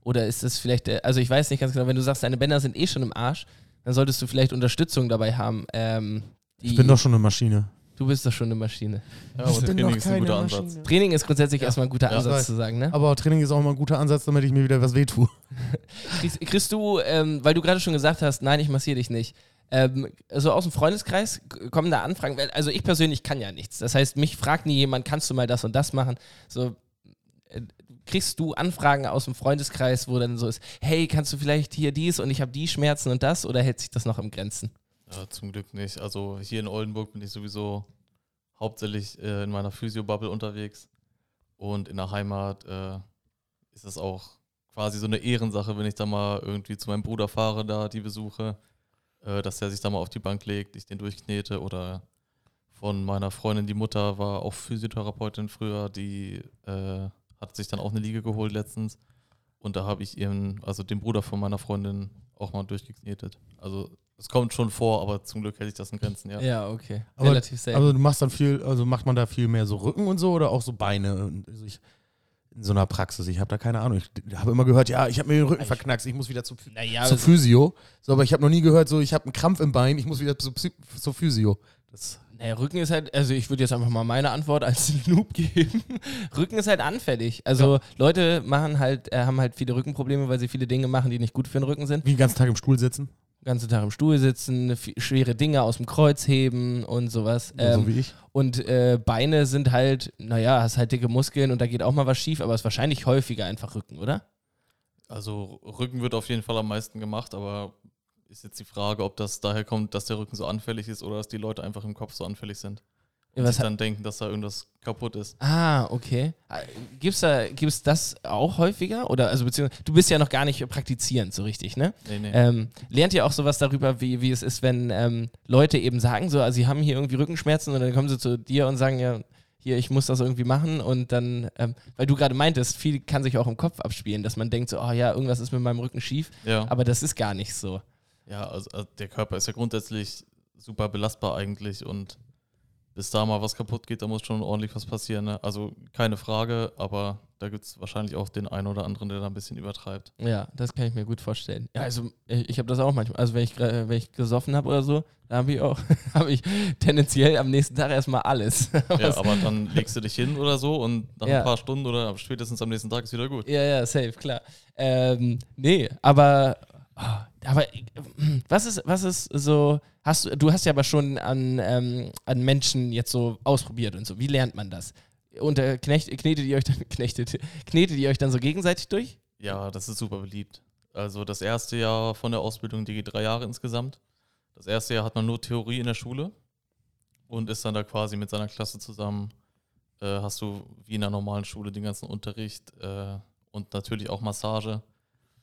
Speaker 4: Oder ist das vielleicht, äh, also ich weiß nicht ganz genau, wenn du sagst, deine Bänder sind eh schon im Arsch, dann solltest du vielleicht Unterstützung dabei haben. Ähm, die,
Speaker 1: schon eine Maschine.
Speaker 4: du bist doch schon eine Maschine.
Speaker 2: Ja, aber Training ist ein guter Ansatz.
Speaker 4: Training ist grundsätzlich
Speaker 1: Ja.
Speaker 4: erstmal ein guter
Speaker 2: Ja,
Speaker 4: Ansatz
Speaker 1: weiß.
Speaker 4: zu sagen, ne?
Speaker 1: Aber Training ist auch immer ein guter Ansatz, damit ich mir wieder was wehtue.
Speaker 4: Kriegst, kriegst du, ähm, weil du gerade schon gesagt hast, nein, ich massiere dich nicht. Ähm, also aus dem Freundeskreis k- kommen da Anfragen. weil- Also ich persönlich kann ja nichts. Das heißt, mich fragt nie jemand, kannst du mal das und das machen? So äh, kriegst du Anfragen aus dem Freundeskreis, wo dann so ist, hey, kannst du vielleicht hier dies und ich habe die Schmerzen und das oder hält sich das noch im Grenzen?
Speaker 2: Ja, zum Glück nicht. Also hier in Oldenburg bin ich sowieso hauptsächlich äh, in meiner Physio-Bubble unterwegs. Und in der Heimat äh, ist das auch quasi so eine Ehrensache, wenn ich da mal irgendwie zu meinem Bruder fahre, da die besuche, äh, dass der sich da mal auf die Bank legt, ich den durchknete oder von meiner Freundin, die Mutter war auch Physiotherapeutin früher, die äh, hat sich dann auch eine Liege geholt letztens und da habe ich ihren, also den Bruder von meiner Freundin auch mal durchgeknetet. Also es kommt schon vor, aber zum Glück hält sich das in Grenzen, ja.
Speaker 4: Ja, okay.
Speaker 1: Aber-
Speaker 4: Relativ selten.
Speaker 1: Also du machst dann viel, also macht man da viel mehr so Rücken und so oder auch so Beine? Und Also ich, in so einer Praxis, ich habe da keine Ahnung. Ich habe immer gehört, ja, ich habe mir den Rücken verknackst, ich muss wieder zu,
Speaker 4: naja,
Speaker 1: zu
Speaker 4: das-
Speaker 1: Physio. So, aber ich habe noch nie gehört, so ich habe einen Krampf im Bein, ich muss wieder zu, Psy- zu Physio. Das,
Speaker 4: naja, Rücken ist halt, also ich würde jetzt einfach mal meine Antwort als Noob geben. Rücken ist halt anfällig. Also Leute machen halt, äh, haben halt viele Rückenprobleme, weil sie viele Dinge machen, die nicht gut für den Rücken sind.
Speaker 1: wie den ganzen Tag im Stuhl sitzen,
Speaker 4: ganzen Tag im Stuhl sitzen, f- schwere Dinge aus dem Kreuz heben und sowas. Ähm,
Speaker 1: so wie ich.
Speaker 4: Und äh, Beine sind halt, naja, hast halt dicke Muskeln und da geht auch mal was schief, aber ist wahrscheinlich häufiger einfach Rücken, oder?
Speaker 2: Also Rücken wird auf jeden Fall am meisten gemacht, aber ist jetzt die Frage, ob das daher kommt, dass der Rücken so anfällig ist oder dass die Leute einfach im Kopf so anfällig sind. Und
Speaker 4: Was
Speaker 2: sich dann denken, dass da irgendwas kaputt ist.
Speaker 4: Ah, okay. Ah, Gibt's da, gibt's das auch häufiger? Oder also beziehungsweise du bist ja noch gar nicht praktizierend so richtig, ne?
Speaker 2: Nee, nee.
Speaker 4: Ähm, lernt ihr auch sowas darüber, wie, wie es ist, wenn ähm, Leute eben sagen, so, also sie haben hier irgendwie Rückenschmerzen und dann kommen sie zu dir und sagen, ja, hier, ich muss das irgendwie machen und dann, ähm, weil du gerade meintest, viel kann sich auch im Kopf abspielen, dass man denkt so, oh ja, irgendwas ist mit meinem Rücken schief,
Speaker 2: ja,
Speaker 4: aber das ist gar nicht so.
Speaker 2: ja also, also der Körper ist ja grundsätzlich super belastbar eigentlich und bis da mal was kaputt geht, da muss schon ordentlich was passieren. Ne? Also keine Frage, aber da gibt es wahrscheinlich auch den einen oder anderen, der da ein bisschen übertreibt.
Speaker 4: Ja, das kann ich mir gut vorstellen. Ja, also ich, ich habe das auch manchmal. Also wenn ich, gra- wenn ich gesoffen habe oder so, da habe ich auch, habe ich tendenziell am nächsten Tag erstmal alles.
Speaker 2: Ja, aber dann legst du dich hin oder so und nach
Speaker 4: Ja.
Speaker 2: ein paar Stunden oder spätestens am nächsten Tag ist wieder gut.
Speaker 4: Ja, ja, safe, klar. Ähm, nee, aber, ah, aber äh, was ist, was ist so, hast du, du hast ja aber schon an, ähm, an Menschen jetzt so ausprobiert und so. Wie lernt man das? Und äh, knecht, knetet ihr euch dann, knechtet, knetet ihr euch dann so gegenseitig durch?
Speaker 2: Ja, das ist super beliebt. Also das erste Jahr von der Ausbildung, die geht drei Jahre insgesamt. Das erste Jahr hat man nur Theorie in der Schule und ist dann da quasi mit seiner Klasse zusammen. Äh, hast du wie in einer normalen Schule den ganzen Unterricht äh, und natürlich auch Massage.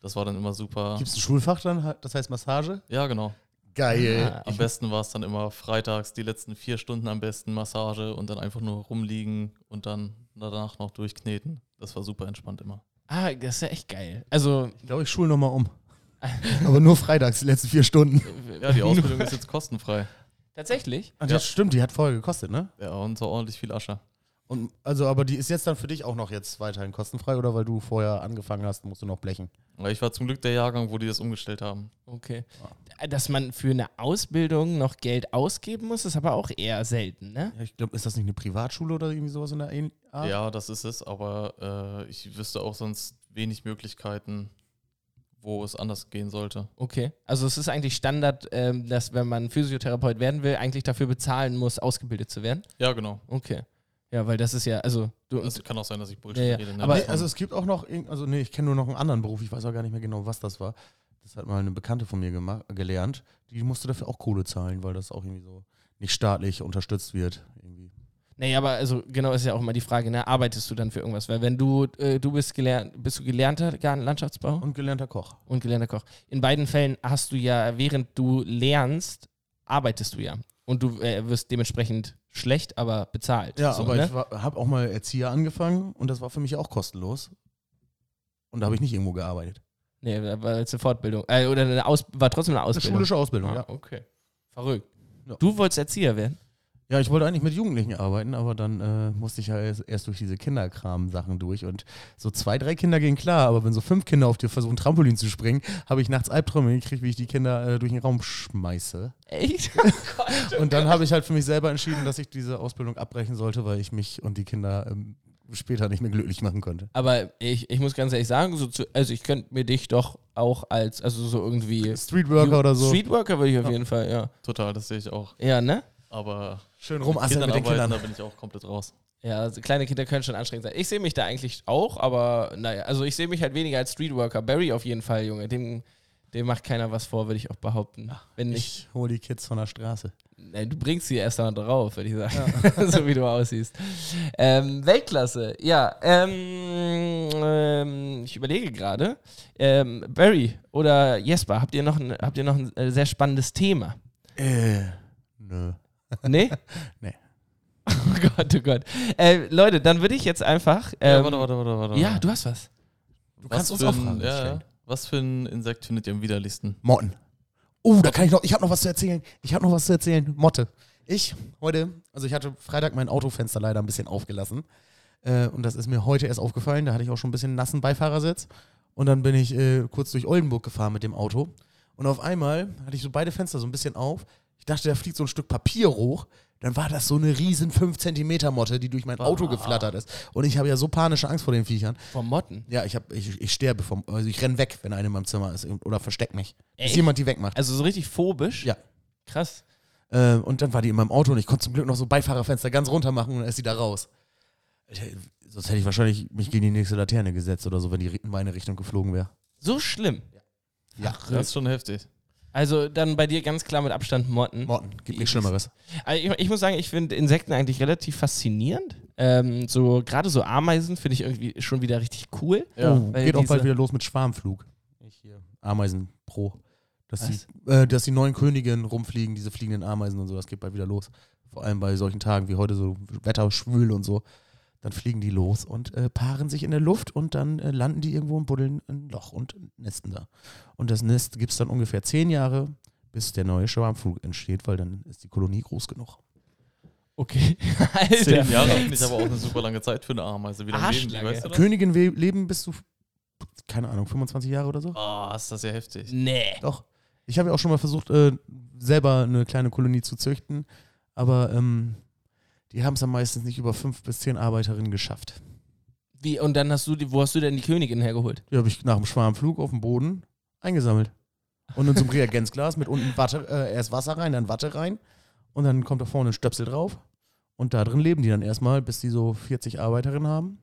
Speaker 2: Das war dann immer super.
Speaker 1: Gibt es ein Schulfach dann, das heißt Massage? Ah,
Speaker 2: Ja, genau.
Speaker 1: Geil.
Speaker 2: Am besten war es dann immer freitags die letzten vier Stunden am besten Massage und dann einfach nur rumliegen und dann danach noch durchkneten. Das war super entspannt immer.
Speaker 4: Ah, das ist ja echt geil. Also,
Speaker 1: Ich glaube, ich schule nochmal um. aber nur freitags, die letzten vier Stunden.
Speaker 2: Ja, die Ausbildung ist jetzt kostenfrei.
Speaker 4: tatsächlich.
Speaker 1: Ach,
Speaker 2: Ja.
Speaker 1: Das stimmt, die hat vorher gekostet, ne?
Speaker 2: Ja, und so ordentlich viel Asche.
Speaker 1: Und also, aber die ist jetzt dann für dich auch noch jetzt weiterhin kostenfrei oder weil du vorher angefangen hast, musst du noch blechen?
Speaker 2: Aber ich war zum Glück der Jahrgang, wo die das umgestellt haben.
Speaker 4: Okay. Dass man für eine Ausbildung noch Geld ausgeben muss, ist aber auch eher selten, ne?
Speaker 1: Ja, ich glaube, ist das nicht eine Privatschule oder irgendwie sowas in der Ähn- Art?
Speaker 2: Ja, das ist es, aber äh, ich wüsste auch sonst wenig Möglichkeiten, wo es anders gehen sollte.
Speaker 4: Okay. Also es ist eigentlich Standard, ähm, dass wenn man Physiotherapeut werden will, eigentlich dafür bezahlen muss, ausgebildet zu werden.
Speaker 2: Ja, genau.
Speaker 4: Okay. Ja, weil das ist ja, also du.
Speaker 2: Es kann auch sein, dass ich Bullshit
Speaker 4: Ja, ja.
Speaker 2: rede. ne?
Speaker 4: Aber-
Speaker 1: Nee, also es gibt auch noch, irgend- also nee, ich kenne nur noch einen anderen Beruf, ich weiß auch gar nicht mehr genau, was das war. Das hat mal eine Bekannte von mir gemacht, gelernt. Die musste dafür auch Kohle zahlen, weil das auch irgendwie so nicht staatlich unterstützt wird. Irgendwie.
Speaker 4: nee, aber also genau ist ja auch immer die Frage, ne, arbeitest du dann für irgendwas? Weil wenn du, äh, du bist gelernt, bist du gelernter Garten- Landschaftsbau
Speaker 1: Und gelernter Koch.
Speaker 4: und gelernter Koch. In beiden Fällen hast du ja, während du lernst, arbeitest du ja. Und du äh, wirst dementsprechend schlecht, aber bezahlt.
Speaker 1: Ja,
Speaker 4: So,
Speaker 1: aber
Speaker 4: ne?
Speaker 1: ich habe auch mal Erzieher angefangen und das war für mich auch kostenlos. Und da habe ich nicht irgendwo gearbeitet.
Speaker 4: Nee, war jetzt eine Fortbildung. Äh, oder eine Aus war trotzdem eine
Speaker 1: Eine
Speaker 4: Ausbildung.
Speaker 1: schulische Ausbildung,
Speaker 4: Ah,
Speaker 1: ja.
Speaker 4: okay. Verrückt.
Speaker 1: Ne? Ja.
Speaker 4: Du wolltest Erzieher werden?
Speaker 1: Ja, ich wollte eigentlich mit Jugendlichen arbeiten, aber dann äh, musste ich ja erst, erst durch diese Kinderkram-Sachen durch. Und so zwei, drei Kinder gehen klar, aber wenn so fünf Kinder auf dir versuchen, Trampolin zu springen, habe ich nachts Albträume gekriegt, wie ich die Kinder äh, durch den Raum schmeiße.
Speaker 4: Echt?
Speaker 1: Und dann habe ich halt für mich selber entschieden, dass ich diese Ausbildung abbrechen sollte, weil ich mich und die Kinder ähm, später nicht mehr glücklich machen konnte.
Speaker 4: Aber ich, ich muss ganz ehrlich sagen, so zu, also ich könnte mir dich doch auch als, also so irgendwie.
Speaker 1: Streetworker oder so.
Speaker 4: Streetworker würde ich auf jeden Fall, ja.
Speaker 2: Total, das sehe ich auch.
Speaker 4: Ja, ne?
Speaker 2: Aber
Speaker 1: Schön
Speaker 2: Kindern
Speaker 1: rumasseln Also mit den
Speaker 2: arbeiten,
Speaker 1: Kindern.
Speaker 2: da bin ich auch komplett raus.
Speaker 4: Ja, also kleine Kinder können schon anstrengend sein. Ich sehe mich da eigentlich auch, aber naja, also ich sehe mich halt weniger als Streetworker. Barry auf jeden Fall, Junge. Dem, dem macht keiner was vor, würde ich auch behaupten. Wenn ich,
Speaker 1: Ich hole die Kids von der Straße.
Speaker 4: Nee, Äh, Du bringst sie erst einmal drauf, würde ich sagen. so wie du aussiehst. Ähm, Weltklasse, ja. Ähm, ähm, ich überlege gerade. Ähm, Barry oder Jesper, habt ihr noch ein, habt ihr noch ein äh, sehr spannendes Thema?
Speaker 1: Äh, nö.
Speaker 4: Nee?
Speaker 1: Nee.
Speaker 4: Oh Gott, oh Gott. Äh, Leute, dann würde ich jetzt einfach. Ähm,
Speaker 2: ja, warte, warte, warte, warte.
Speaker 4: ja, du hast was.
Speaker 1: Du
Speaker 2: was
Speaker 1: kannst uns
Speaker 2: für
Speaker 1: auch
Speaker 2: ein-
Speaker 1: fragen.
Speaker 2: ja,
Speaker 1: stellen.
Speaker 2: ja. Was für ein Insekt findet ihr am widerlichsten?
Speaker 1: Motten. Oh, da kann ich noch, ich habe noch was zu erzählen. Ich habe noch was zu erzählen. Motte. Ich heute, also ich hatte Freitag mein Autofenster leider ein bisschen aufgelassen. Äh, und das ist mir heute erst aufgefallen. Da hatte ich auch schon ein bisschen nassen Beifahrersitz. Und dann bin ich äh, kurz durch Oldenburg gefahren mit dem Auto. Und auf einmal hatte ich so beide Fenster so ein bisschen auf. Ich dachte, da fliegt so ein Stück Papier hoch. Dann war das so eine riesen 5 Zentimeter Motte, die durch mein Auto geflattert ist. Und ich habe ja so panische Angst vor den Viechern.
Speaker 4: Vom Motten.
Speaker 1: Ja, ich, hab, ich, ich sterbe vom. Also ich renn weg, wenn eine in meinem Zimmer ist. Oder versteck mich. Dass
Speaker 4: Echt?
Speaker 1: jemand die wegmacht.
Speaker 4: Also so richtig phobisch.
Speaker 1: Ja.
Speaker 4: Krass.
Speaker 1: Äh, und dann war die in meinem Auto und ich konnte zum Glück noch so Beifahrerfenster ganz runter machen und dann ist sie da raus. Ich, hätt- sonst hätte ich wahrscheinlich mich gegen die nächste Laterne gesetzt oder so, wenn die ri- in meine Richtung geflogen wäre.
Speaker 4: So schlimm.
Speaker 1: Ja.
Speaker 2: Das ist schon heftig.
Speaker 4: Also dann bei dir ganz klar mit Abstand Motten.
Speaker 1: Morten, gibt nichts Schlimmeres.
Speaker 4: Also ich, ich muss sagen, ich finde Insekten eigentlich relativ faszinierend. Ähm, so gerade so Ameisen finde ich irgendwie schon wieder richtig cool.
Speaker 2: Ja.
Speaker 1: oh,
Speaker 4: weil
Speaker 1: geht auch
Speaker 4: diese-
Speaker 1: bald wieder los mit Schwarmflug. Ich hier. Ameisen pro. Dass
Speaker 4: Was?
Speaker 1: die, äh, dass die neuen Königinnen rumfliegen, diese fliegenden Ameisen und so, das geht bald wieder los. Vor allem bei solchen Tagen wie heute, so Wetter schwül und so. Dann fliegen die los und äh, paaren sich in der Luft und dann äh, landen die irgendwo und buddeln ein Loch und nesten da. Und das Nest gibt es dann ungefähr zehn Jahre, bis der neue Schwarmflug entsteht, weil dann ist die Kolonie groß genug.
Speaker 4: Okay. Alter.
Speaker 2: Zehn Jahre finde ich aber auch eine super lange Zeit für eine Ameise wieder im Leben. die,
Speaker 4: Arschlange.
Speaker 2: Weißt du das?
Speaker 1: Königin we- leben bis zu, keine Ahnung, 25 Jahre oder so?
Speaker 2: Ah, ist das ja heftig.
Speaker 4: Nee.
Speaker 1: Doch. Ich habe ja auch schon mal versucht, äh, selber eine kleine Kolonie zu züchten, aber ähm, die haben es dann meistens nicht über fünf bis zehn Arbeiterinnen geschafft.
Speaker 4: Wie, und dann hast du die, wo hast du denn die Königin hergeholt?
Speaker 1: Die habe ich nach dem Schwarmflug auf dem Boden eingesammelt. Und in so einem Reagenzglas mit unten Watte, äh, erst Wasser rein, dann Watte rein. Und dann kommt da vorne ein Stöpsel drauf. Und da drin leben die dann erstmal, bis die so 40 Arbeiterinnen haben.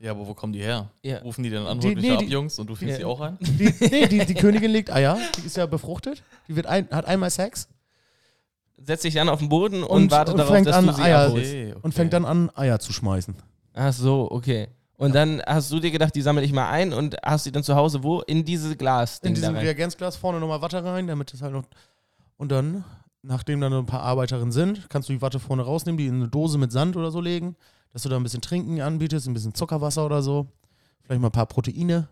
Speaker 2: Ja, aber wo kommen die her?
Speaker 4: Ja.
Speaker 2: Rufen die dann an,
Speaker 1: Die-
Speaker 2: holt mich
Speaker 1: nee,
Speaker 2: ab,
Speaker 1: die-
Speaker 2: Jungs, und du fängst
Speaker 4: Ja.
Speaker 2: die auch ein?
Speaker 1: Die, nee, die, die Königin legt Eier, die ist ja befruchtet. Die wird ein, hat einmal Sex
Speaker 4: Setz dich dann auf den Boden und,
Speaker 1: Und-
Speaker 4: warte
Speaker 1: und
Speaker 4: darauf,
Speaker 1: fängt
Speaker 4: dass
Speaker 1: an,
Speaker 4: du sie
Speaker 1: Eier-
Speaker 4: abholst.
Speaker 2: okay.
Speaker 1: und fängt dann an, Eier zu schmeißen.
Speaker 4: Ach so, okay. Und dann hast du dir gedacht, die sammle ich mal ein und hast sie dann zu Hause wo? In dieses Glas.
Speaker 1: in
Speaker 4: da
Speaker 1: diesem
Speaker 4: rein.
Speaker 1: Reagenzglas vorne nochmal Watte rein, damit es halt noch. Und dann, nachdem dann ein paar Arbeiterinnen sind, kannst du die Watte vorne rausnehmen, die in eine Dose mit Sand oder so legen, dass du da ein bisschen Trinken anbietest, ein bisschen Zuckerwasser oder so, vielleicht mal ein paar Proteine.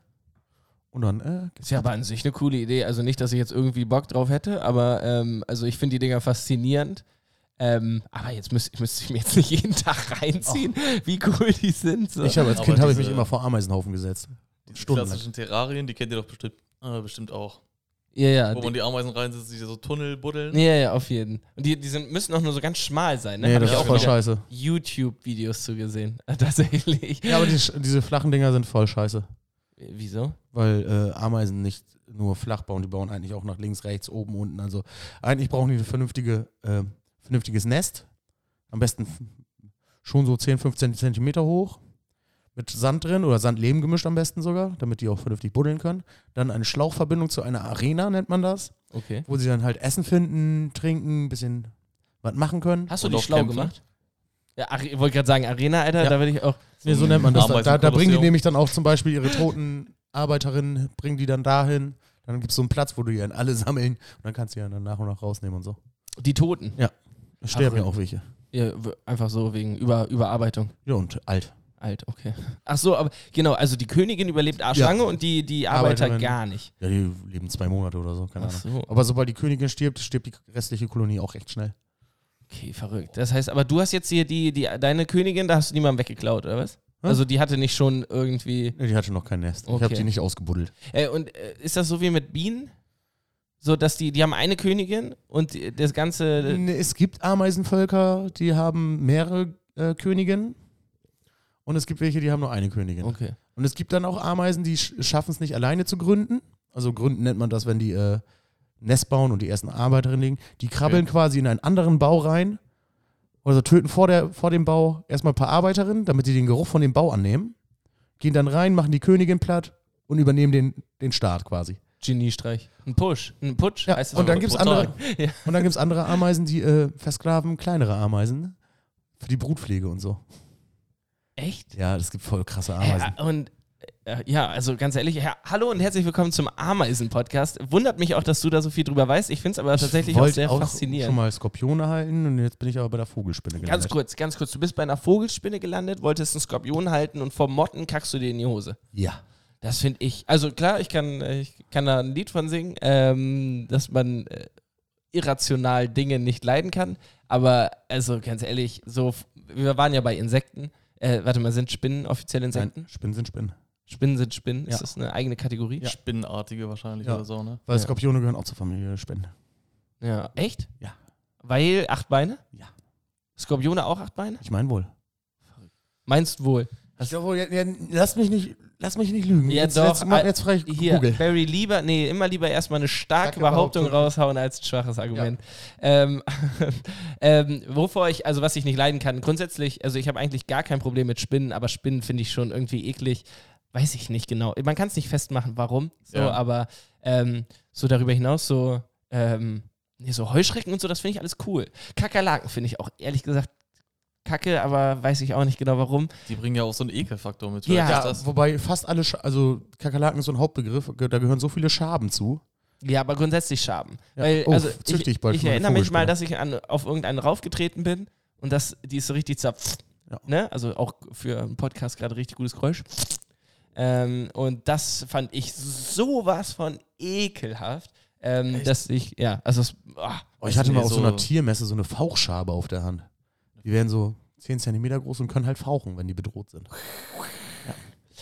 Speaker 1: Und dann, äh,
Speaker 4: Ist ja aber an sich eine coole Idee. Also nicht, dass ich jetzt irgendwie Bock drauf hätte, aber ähm, also ich finde die Dinger faszinierend. Ähm, aber jetzt müsste müsst ich mir jetzt nicht jeden Tag reinziehen, wie cool die sind. So.
Speaker 1: Oh. ich habe als
Speaker 2: Aber
Speaker 1: Kind habe ich
Speaker 2: diese-
Speaker 1: mich immer vor Ameisenhaufen gesetzt.
Speaker 2: Die
Speaker 1: Stundenlang.
Speaker 2: klassischen Terrarien, die kennt ihr doch bestimmt, äh, bestimmt auch.
Speaker 4: ja, ja,
Speaker 2: Wo man
Speaker 4: die,
Speaker 2: die Ameisen reinsetzt, die so Tunnel buddeln.
Speaker 4: ja, ja, auf jeden. Und die, die sind, müssen auch nur so ganz schmal sein, ne?
Speaker 1: Nee,
Speaker 4: Hab
Speaker 1: das
Speaker 4: ich
Speaker 1: ist
Speaker 2: auch
Speaker 1: voll
Speaker 2: wieder-
Speaker 1: scheiße.
Speaker 4: YouTube-Videos zu gesehen. Tatsächlich.
Speaker 1: Ja, aber die, sch- diese flachen Dinger sind voll scheiße.
Speaker 4: Wieso?
Speaker 1: Weil äh, Ameisen nicht nur flach bauen, die bauen eigentlich auch nach links, rechts, oben, unten. Also eigentlich brauchen die ein vernünftige, äh, vernünftiges Nest. Am besten f- schon so 10, 15 Zentimeter hoch. Mit Sand drin oder Sandlehm gemischt am besten sogar, damit die auch vernünftig buddeln können. Dann eine Schlauchverbindung zu einer Arena, nennt man das,
Speaker 4: Okay.
Speaker 1: wo sie dann halt Essen finden, trinken, ein bisschen was machen können.
Speaker 4: Hast du
Speaker 2: Und
Speaker 4: die
Speaker 2: auch
Speaker 4: schlau
Speaker 2: Kämpfe?
Speaker 4: gemacht? Ja, Ar- ich wollte gerade sagen, Arena, Alter,
Speaker 1: Ja.
Speaker 4: da würde ich auch.
Speaker 1: Nee, so nennt man das. Da, da, da bringen die
Speaker 2: Ameisenkolosseum.
Speaker 1: nämlich dann auch zum Beispiel ihre toten Arbeiterinnen, bringen die dann dahin. Dann gibt es so einen Platz, wo du die dann alle sammeln und dann kannst du die dann nach und nach rausnehmen und so.
Speaker 4: Die Toten.
Speaker 1: Es sterben ja
Speaker 4: Ach,
Speaker 1: auch welche.
Speaker 4: Ja, w- einfach so wegen Über Überarbeitung.
Speaker 1: Ja, und alt.
Speaker 4: Alt, okay. Ach so, aber genau, also die Königin überlebt Arschlange und die, die Arbeiter
Speaker 1: Arbeiterin.
Speaker 4: gar nicht.
Speaker 1: Ja, die leben zwei Monate oder so, keine
Speaker 4: Ach
Speaker 1: Ahnung.
Speaker 4: so,
Speaker 1: Aber sobald die Königin stirbt, stirbt die restliche Kolonie auch recht schnell.
Speaker 4: okay, verrückt. Das heißt, aber du hast jetzt hier die, die deine Königin, da hast du niemandem weggeklaut, oder was?
Speaker 1: Hä?
Speaker 4: Also die hatte nicht schon irgendwie.
Speaker 1: Nee, Die hatte noch kein Nest. Ich
Speaker 4: Okay.
Speaker 1: habe die nicht ausgebuddelt.
Speaker 4: Äh, und äh, ist das so wie mit Bienen? So, dass die, die haben eine Königin und die, das ganze.
Speaker 1: Nee, Es gibt Ameisenvölker, die haben mehrere äh, Königinnen. Und es gibt welche, die haben nur eine Königin.
Speaker 4: Okay.
Speaker 1: Und es gibt dann auch Ameisen, die sch schaffen es nicht alleine zu gründen. Also gründen nennt man das, wenn die äh, Nest bauen und die ersten Arbeiterinnen legen. Die krabbeln quasi in einen anderen Bau rein. Also töten vor, der, vor dem Bau erstmal ein paar Arbeiterinnen, damit die den Geruch von dem Bau annehmen. Gehen dann rein, machen die Königin platt und übernehmen den, den Staat quasi.
Speaker 4: Geniestreich. Ein Push. Ein Putsch
Speaker 1: Ja,
Speaker 4: heißt es
Speaker 1: und
Speaker 4: aber.
Speaker 1: dann gibt's
Speaker 2: brutal.
Speaker 1: andere,
Speaker 4: Ja.
Speaker 1: und dann gibt's andere Ameisen, die äh, versklaven kleinere Ameisen für die Brutpflege und so.
Speaker 4: Echt?
Speaker 1: Ja, es gibt voll krasse Ameisen.
Speaker 4: Ja, äh, und äh, ja, also ganz ehrlich, ja, hallo und herzlich willkommen zum Ameisen-Podcast. Wundert mich auch, dass du da so viel drüber weißt. Ich finde es aber tatsächlich auch
Speaker 1: wollte
Speaker 4: sehr
Speaker 1: schon
Speaker 4: faszinierend.
Speaker 1: mal Skorpione halten und jetzt bin ich aber bei der Vogelspinne
Speaker 4: Ganz
Speaker 1: gelandet.
Speaker 4: kurz, ganz kurz. Du bist bei einer Vogelspinne gelandet, wolltest einen Skorpion halten und vor Motten kackst du dir in die Hose.
Speaker 1: Ja.
Speaker 4: Das finde ich. Also klar, ich kann, ich kann da ein Lied von singen, ähm, dass man äh, irrational Dinge nicht leiden kann. Aber also ganz ehrlich, so f- wir waren ja bei Insekten. Äh, warte mal, sind Spinnen offiziell
Speaker 1: Nein,
Speaker 4: Insekten?
Speaker 1: Spinnen sind Spinnen.
Speaker 4: Spinnen sind Spinnen.
Speaker 1: Ja.
Speaker 4: Ist das eine eigene Kategorie?
Speaker 2: Spinnenartige wahrscheinlich
Speaker 1: Ja.
Speaker 2: oder so, ne?
Speaker 1: Weil
Speaker 4: Ja.
Speaker 1: Skorpione gehören auch zur Familie der Spinnen.
Speaker 4: Ja, echt?
Speaker 1: Ja.
Speaker 4: Weil acht Beine?
Speaker 1: Ja.
Speaker 4: Skorpione auch acht Beine?
Speaker 1: Ich meine wohl.
Speaker 4: Meinst wohl.
Speaker 1: Ich glaub wohl, ja, ja, lass mich nicht, lass mich nicht lügen.
Speaker 4: Ja,
Speaker 1: jetzt,
Speaker 4: doch,
Speaker 1: Jetzt, mach,
Speaker 4: äh,
Speaker 1: jetzt frage ich
Speaker 4: Hier,
Speaker 1: Google.
Speaker 4: Barry lieber, nee, immer lieber erstmal eine starke,
Speaker 1: Starke
Speaker 4: Behauptung,
Speaker 1: Behauptung.
Speaker 4: raushauen als ein schwaches Argument. Ähm, ähm, wovor ich, also was ich nicht leiden kann, grundsätzlich, also ich habe eigentlich gar kein Problem mit Spinnen, aber Spinnen finde ich schon irgendwie eklig. Weiß ich nicht genau. Man kann es nicht festmachen, warum, so,
Speaker 2: Ja.
Speaker 4: aber ähm, so darüber hinaus, so, ähm, nee, so Heuschrecken und so, das finde ich alles cool. Kakerlaken finde ich auch ehrlich gesagt kacke, aber weiß ich auch nicht genau warum.
Speaker 2: Die bringen ja auch so einen Ekelfaktor mit.
Speaker 4: Ja.
Speaker 2: Vielleicht
Speaker 1: Ja,
Speaker 2: ist das,
Speaker 1: wobei fast alle, Scha also Kakerlaken ist so ein Hauptbegriff, ge- da gehören so viele Schaben zu.
Speaker 4: Ja, aber grundsätzlich Schaben.
Speaker 1: Ja.
Speaker 4: Weil,
Speaker 1: Oh,
Speaker 4: also ich,
Speaker 1: züchte ich
Speaker 4: ich,
Speaker 1: bald schon eine
Speaker 4: erinnere mich mal,
Speaker 1: Vogelspinne.
Speaker 4: dass ich an, auf irgendeinen raufgetreten bin und das, die ist so richtig zapf.
Speaker 1: Ja.
Speaker 4: Ne? Also auch für einen Podcast gerade richtig gutes Geräusch. Ähm, und das fand ich sowas von ekelhaft, ähm, dass ich, ja, also es, ah,
Speaker 1: Oh, ich hatte mal
Speaker 2: Nee,
Speaker 1: auf so einer
Speaker 2: so-
Speaker 1: Tiermesse so eine Fauchschabe auf der Hand. Die werden so 10 Zentimeter groß und können halt fauchen, wenn die bedroht sind.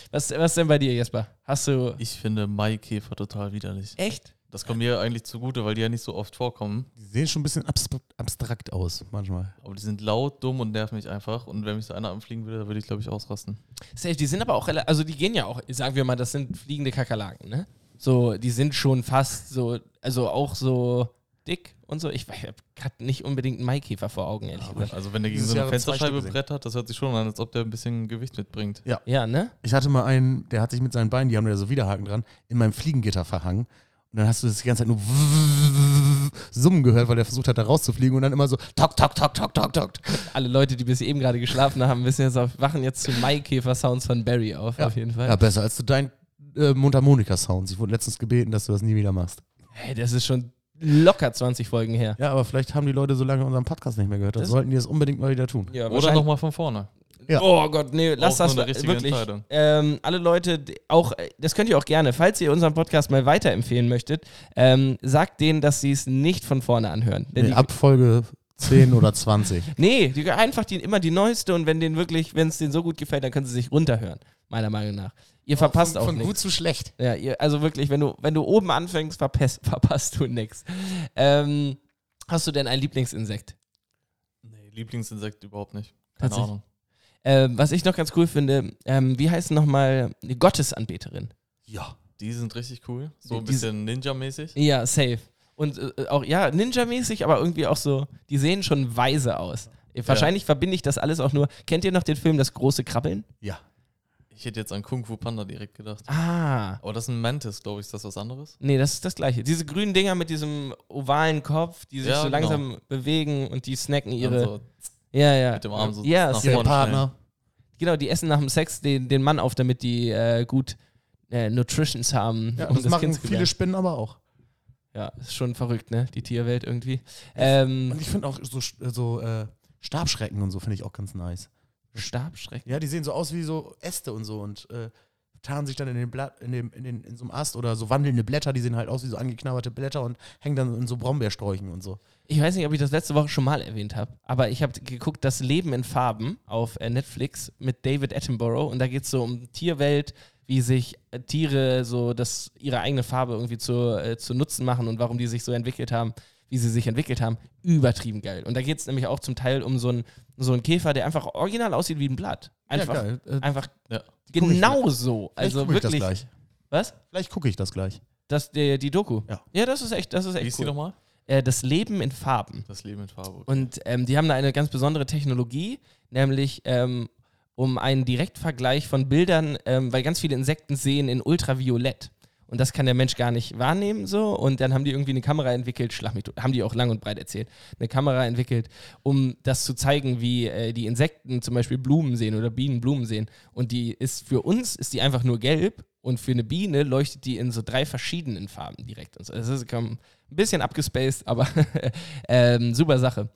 Speaker 4: was, was denn bei dir, Jesper? Hast du
Speaker 2: ich finde Maikäfer total widerlich.
Speaker 4: echt?
Speaker 2: Das kommt mir eigentlich zugute, weil die ja nicht so oft vorkommen.
Speaker 1: Die sehen schon ein bisschen abs abstrakt aus, manchmal.
Speaker 2: Aber die sind laut, dumm und nerven mich einfach. Und wenn mich so einer anfliegen würde, da würde ich, glaube ich, ausrasten.
Speaker 4: Safe, die sind aber auch, rela- also die gehen ja auch, sagen wir mal, das sind fliegende Kakerlaken, ne? So, die sind schon fast so, also auch so dick und so. Ich habe gerade nicht unbedingt einen Maikäfer vor Augen, ehrlich gesagt.
Speaker 2: Also wenn der gegen
Speaker 1: Dieses
Speaker 2: so eine
Speaker 1: Jahr zwei
Speaker 2: Fensterscheibe
Speaker 1: Stück gesehen.
Speaker 2: brettert, das hört sich schon an, als ob der ein bisschen Gewicht mitbringt.
Speaker 4: Ja, ne?
Speaker 1: Ich hatte mal einen, der hat sich mit seinen Beinen, die haben da so Widerhaken dran, in meinem Fliegengitter verhangen. Und dann hast du das die ganze Zeit nur summen gehört, weil der versucht hat, da rauszufliegen und dann immer so tok, tok, tok, tok, tok, tok.
Speaker 4: Alle Leute, die bis eben gerade geschlafen haben, wissen jetzt auf, wachen jetzt zu Maikäfer-Sounds von Barry auf, auf jeden Fall.
Speaker 1: Ja, besser als zu dein äh, Mundharmonika-Sounds. Ich wurde letztens gebeten, dass du das nie wieder machst.
Speaker 4: Hey, das ist schon locker 20 Folgen her.
Speaker 1: Ja, aber vielleicht haben die Leute so lange unseren Podcast nicht mehr gehört. Dann
Speaker 4: Das-
Speaker 1: sollten die das unbedingt mal wieder tun.
Speaker 4: Ja,
Speaker 2: Oder nochmal von vorne.
Speaker 1: Ja.
Speaker 4: Oh Gott, nee, lass
Speaker 2: Auch
Speaker 4: das
Speaker 2: nur eine richtige
Speaker 4: wirklich.
Speaker 2: Entscheidung.
Speaker 4: Ähm, alle Leute, die- auch äh, das könnt ihr auch gerne, falls ihr unseren Podcast mal weiterempfehlen möchtet, ähm, sagt denen, dass sie es nicht von vorne anhören. Denn
Speaker 1: Nee,
Speaker 4: die,
Speaker 1: ab Folge 10 oder 20.
Speaker 4: nee, die, einfach die, immer die neueste und wenn denen wirklich, wenn es denen so gut gefällt, dann können sie sich runterhören, meiner Meinung nach.
Speaker 2: Oh,
Speaker 4: Ihr verpasst auch nichts.
Speaker 1: zu schlecht.
Speaker 4: Ja, ihr, also wirklich, wenn du, wenn du oben anfängst, verpasst, verpasst du nichts. Ähm, hast du denn ein Lieblingsinsekt?
Speaker 2: Nee, Lieblingsinsekt überhaupt nicht. Keine
Speaker 4: Tatsächlich.
Speaker 2: Ahnung.
Speaker 4: Ähm, was ich noch ganz cool finde, ähm, wie heißt nochmal die Gottesanbeterin?
Speaker 1: Ja.
Speaker 2: Die sind richtig cool. So
Speaker 4: Die-
Speaker 2: ein
Speaker 4: die-
Speaker 2: bisschen Ninja-mäßig.
Speaker 4: Ja, safe. Und äh, auch, ja, Ninja-mäßig, aber irgendwie auch so, die sehen schon weise aus. Äh, Wahrscheinlich verbinde ich das alles auch nur. Kennt ihr noch den Film Das große Krabbeln?
Speaker 1: Ja.
Speaker 2: Ich hätte jetzt an Kung Fu Panda direkt gedacht.
Speaker 4: Ah.
Speaker 2: Aber das ist ein Mantis, glaube ich. Ist das was anderes?
Speaker 4: Nee, das ist das Gleiche. Diese grünen Dinger mit diesem ovalen Kopf, die sich
Speaker 2: Ja,
Speaker 4: so
Speaker 2: genau.
Speaker 4: langsam bewegen und die snacken ihre.
Speaker 2: Also,
Speaker 4: ja, ja.
Speaker 2: mit dem Arm so
Speaker 4: Ja,
Speaker 2: nach
Speaker 4: safe.
Speaker 1: Ihr
Speaker 2: vorne
Speaker 1: Partner.
Speaker 4: Genau, die essen nach dem Sex den, den Mann auf, damit die äh, gut äh, Nutritions haben.
Speaker 1: Ja,
Speaker 4: um
Speaker 1: das machen
Speaker 4: Kind zu
Speaker 1: viele
Speaker 4: gebären.
Speaker 1: Spinnen aber auch.
Speaker 4: Ja, ist schon verrückt, ne? Die Tierwelt irgendwie. Ähm,
Speaker 1: Und ich finde auch so, so äh, Stabschrecken und so finde ich auch ganz nice.
Speaker 4: Stabschrecken.
Speaker 1: Ja, die sehen so aus wie so Äste und so und äh, tarnen sich dann in den Blatt, in, dem, in, den, in so einem Ast oder so wandelnde Blätter, die sehen halt aus wie so angeknabberte Blätter und hängen dann in so Brombeersträuchen und so.
Speaker 4: Ich weiß nicht, ob ich das letzte Woche schon mal erwähnt habe, aber ich habe geguckt, das Leben in Farben auf äh, Netflix mit David Attenborough und da geht es so um Tierwelt, wie sich äh, Tiere so das, ihre eigene Farbe irgendwie zu, äh, zu Nutzen machen und warum die sich so entwickelt haben, wie sie sich entwickelt haben. Übertrieben geil. Und da geht es nämlich auch zum Teil um so einen so einen Käfer, der einfach original aussieht wie ein Blatt. Einfach,
Speaker 1: ja, geil. Äh,
Speaker 4: einfach
Speaker 2: Ja.
Speaker 1: guck ich
Speaker 4: genau so.
Speaker 1: vielleicht
Speaker 4: Also
Speaker 1: guck ich
Speaker 4: wirklich.
Speaker 1: Das gleich.
Speaker 4: Was?
Speaker 1: Vielleicht gucke ich das gleich.
Speaker 4: Das, die, die Doku.
Speaker 1: Ja.
Speaker 4: das ist echt, das ist
Speaker 2: Wie
Speaker 4: echt
Speaker 2: ist die
Speaker 4: cool.
Speaker 2: nochmal?
Speaker 4: Äh, das Leben in Farben.
Speaker 2: Das Leben in Farbe.
Speaker 4: Und ähm, die haben da eine ganz besondere Technologie, nämlich ähm, um einen Direktvergleich von Bildern, ähm, weil ganz viele Insekten sehen in Ultraviolett. Und das kann der Mensch gar nicht wahrnehmen so. Und dann haben die irgendwie eine Kamera entwickelt, schlag mich tot, haben die auch lang und breit erzählt, eine Kamera entwickelt, um das zu zeigen, wie äh, die Insekten zum Beispiel Blumen sehen oder Bienen Blumen sehen. Und die ist für uns, ist die einfach nur gelb und für eine Biene leuchtet die in so drei verschiedenen Farben direkt. Und so. Das ist komm, ein bisschen abgespaced, aber ähm, super Sache.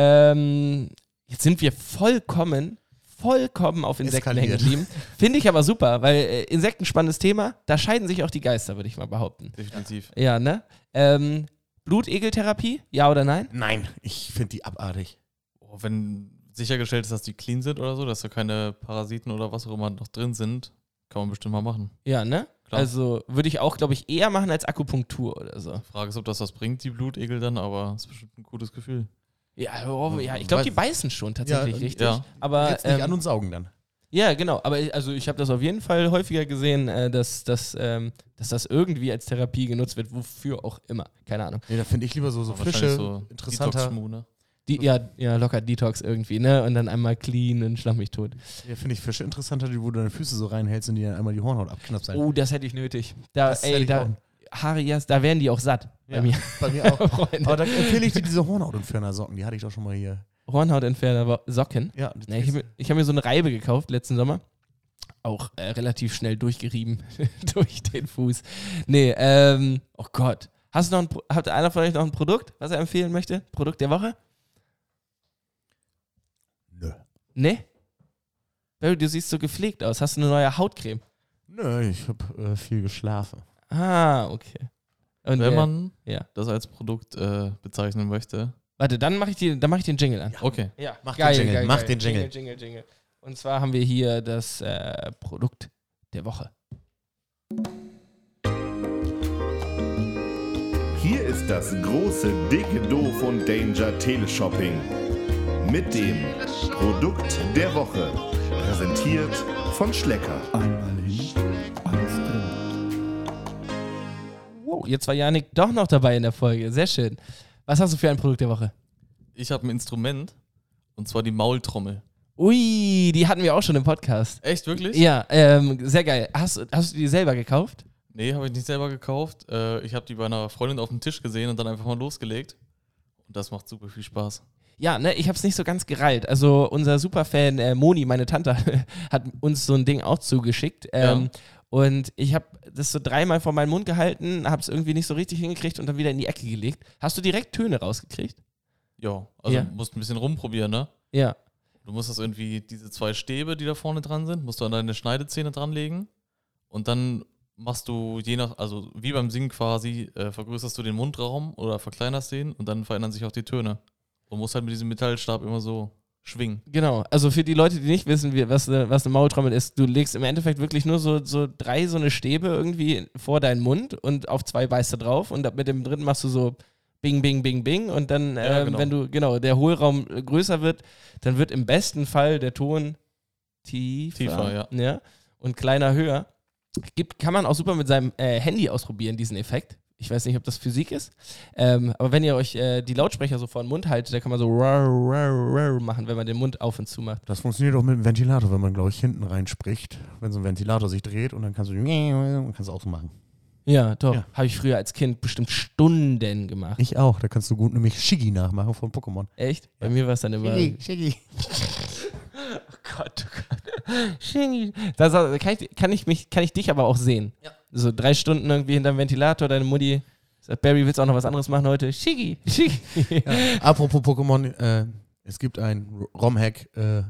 Speaker 4: Ähm, jetzt sind wir vollkommen, vollkommen auf Insekten hängen
Speaker 1: Eskaliert.
Speaker 4: geblieben. Finde ich aber super, weil äh, Insekten spannendes Thema. Da scheiden sich auch die Geister, würde ich mal behaupten.
Speaker 2: Definitiv.
Speaker 4: Ja, ne? Ähm, Blutegeltherapie, ja oder nein?
Speaker 1: Nein, ich finde die abartig.
Speaker 2: Oh, wenn sichergestellt ist, dass die clean sind oder so, dass da keine Parasiten oder was auch immer noch drin sind, kann man bestimmt mal machen.
Speaker 4: Ja, ne?
Speaker 2: Klar.
Speaker 4: Also würde ich auch, glaube ich, eher machen als Akupunktur oder so.
Speaker 2: Frage ist, ob das was bringt, die Blutegel dann, aber es ist bestimmt ein gutes Gefühl.
Speaker 4: Ja, oh, ja ich glaube, die beißen schon tatsächlich
Speaker 1: Ja,
Speaker 4: richtig.
Speaker 2: ja.
Speaker 4: Aber
Speaker 1: Jetzt nicht an
Speaker 4: ähm,
Speaker 1: und saugen dann.
Speaker 4: ja, genau. Aber ich- also ich habe das auf jeden Fall häufiger gesehen, äh, dass, dass, ähm, dass das irgendwie als Therapie genutzt wird, wofür auch immer. Keine Ahnung.
Speaker 1: Nee, da finde ich lieber so, so
Speaker 2: Wahrscheinlich
Speaker 1: frische,
Speaker 2: so
Speaker 1: interessanter.
Speaker 2: Detox-Schmu, ne?
Speaker 4: Die, ja, ja, locker Detox irgendwie, ne? Und dann einmal clean und schlag mich tot.
Speaker 1: Ja, finde ich Fische interessanter, die wo du deine Füße so reinhältst und die dann einmal die Hornhaut abknapsen.
Speaker 4: Oh, das hätte ich nötig. Da,
Speaker 1: Das hätte
Speaker 4: ey,
Speaker 1: ich
Speaker 4: da,
Speaker 1: auch.
Speaker 4: Harias, da wären die auch satt bei
Speaker 1: Ja.
Speaker 4: mir.
Speaker 1: Bei mir auch.
Speaker 4: Freunde.
Speaker 1: Aber da empfehle ich dir diese Hornhautentferner-Socken, die hatte ich doch schon mal hier.
Speaker 4: Hornhautentferner, aber Socken.
Speaker 1: Ja, die
Speaker 4: Ne, ich habe mir, ich hab mir so eine Reibe gekauft letzten Sommer. Auch äh, relativ schnell durchgerieben durch den Fuß. Nee, ähm, oh Gott. Hast du noch ein, Pro- habt einer von euch noch ein Produkt, was er empfehlen möchte? Produkt der Woche?
Speaker 1: Nö.
Speaker 4: Nee? Barry, du siehst so gepflegt aus. Hast du eine neue Hautcreme?
Speaker 1: Nö, ich habe äh, viel geschlafen.
Speaker 4: Ah, okay. Und
Speaker 2: Wenn
Speaker 4: äh,
Speaker 2: man
Speaker 4: ja.
Speaker 2: das als Produkt äh, bezeichnen möchte.
Speaker 4: Warte, dann mache ich, die- dann mach ich den Jingle an.
Speaker 2: Okay.
Speaker 4: Ja,
Speaker 1: Mach den Jingle, mach den Jingle.
Speaker 4: Jingle, Jingle. Und zwar haben wir hier das äh, Produkt der Woche.
Speaker 6: Hier ist das große, dicke Do von Danger Teleshopping. Mit dem Produkt der Woche. Präsentiert von Schlecker.
Speaker 4: Wow, jetzt war Janik doch noch dabei in der Folge. Sehr schön. Was hast du für ein Produkt der Woche?
Speaker 2: Ich habe ein Instrument und zwar die Maultrommel.
Speaker 4: Ui, die hatten wir auch schon im Podcast.
Speaker 2: Echt, wirklich?
Speaker 4: Ja, ähm, sehr geil. Hast, hast du die selber gekauft?
Speaker 2: Nee, habe ich nicht selber gekauft. Äh, ich habe die bei einer Freundin auf dem Tisch gesehen und dann einfach mal losgelegt. Und das macht super viel Spaß.
Speaker 4: Ja, ne, ich hab's nicht so ganz gereilt. Also unser Superfan äh, Moni, meine Tante, hat uns so ein Ding auch zugeschickt. Ähm, Und ich hab das so dreimal vor meinen Mund gehalten, hab's irgendwie nicht so richtig hingekriegt und dann wieder in die Ecke gelegt. Hast du direkt Töne rausgekriegt?
Speaker 2: Ja, also
Speaker 4: Ja.
Speaker 2: musst ein bisschen rumprobieren, ne?
Speaker 4: Ja.
Speaker 2: Du musst das irgendwie, diese zwei Stäbe, die da vorne dran sind, musst du an deine Schneidezähne dranlegen. Und dann machst du, je nach, also wie beim Singen quasi, äh, vergrößerst du den Mundraum oder verkleinerst den und dann verändern sich auch die Töne. Und musst halt mit diesem Metallstab immer so schwingen.
Speaker 4: Genau, also für die Leute, die nicht wissen, wie, was, eine- was eine Maultrommel ist, du legst im Endeffekt wirklich nur so, so drei so eine Stäbe irgendwie vor deinen Mund und auf zwei beißt du drauf und mit dem dritten machst du so bing, bing, bing, bing und dann,
Speaker 2: Ja,
Speaker 4: ähm,
Speaker 2: genau.
Speaker 4: wenn du, genau, der Hohlraum äh, größer wird, dann wird im besten Fall der Ton tiefer, ne?
Speaker 2: Tiefer, ja.
Speaker 4: und kleiner höher. Gibt, kann man auch super mit seinem äh, Handy ausprobieren, diesen Effekt. Ich weiß nicht, ob das Physik ist. Ähm, aber wenn ihr euch äh, die Lautsprecher so vor den Mund haltet, da kann man so rar, rar, rar machen, wenn man den Mund auf und zu macht.
Speaker 1: Das funktioniert auch mit dem Ventilator, wenn man, glaube ich, hinten reinspricht. Wenn so ein Ventilator sich dreht und dann kannst du und kannst du auch so machen.
Speaker 4: Ja, doch.
Speaker 1: Ja.
Speaker 4: Habe ich früher als Kind bestimmt Stunden gemacht.
Speaker 1: Ich auch, da kannst du gut nämlich Shiggy nachmachen von Pokémon.
Speaker 4: Echt? Bei mir war es dann immer.
Speaker 1: Shiggy.
Speaker 4: Gott, oh Gott. Schingi. Das, also, kann, ich, kann, ich mich, kann ich dich aber auch sehen. So drei Stunden irgendwie hinterm Ventilator, deine Mutti sagt, Barry, willst du auch noch was anderes machen heute? Schigi, Schigi.
Speaker 1: Apropos Pokémon, äh, es gibt ein ROM-Hack, äh,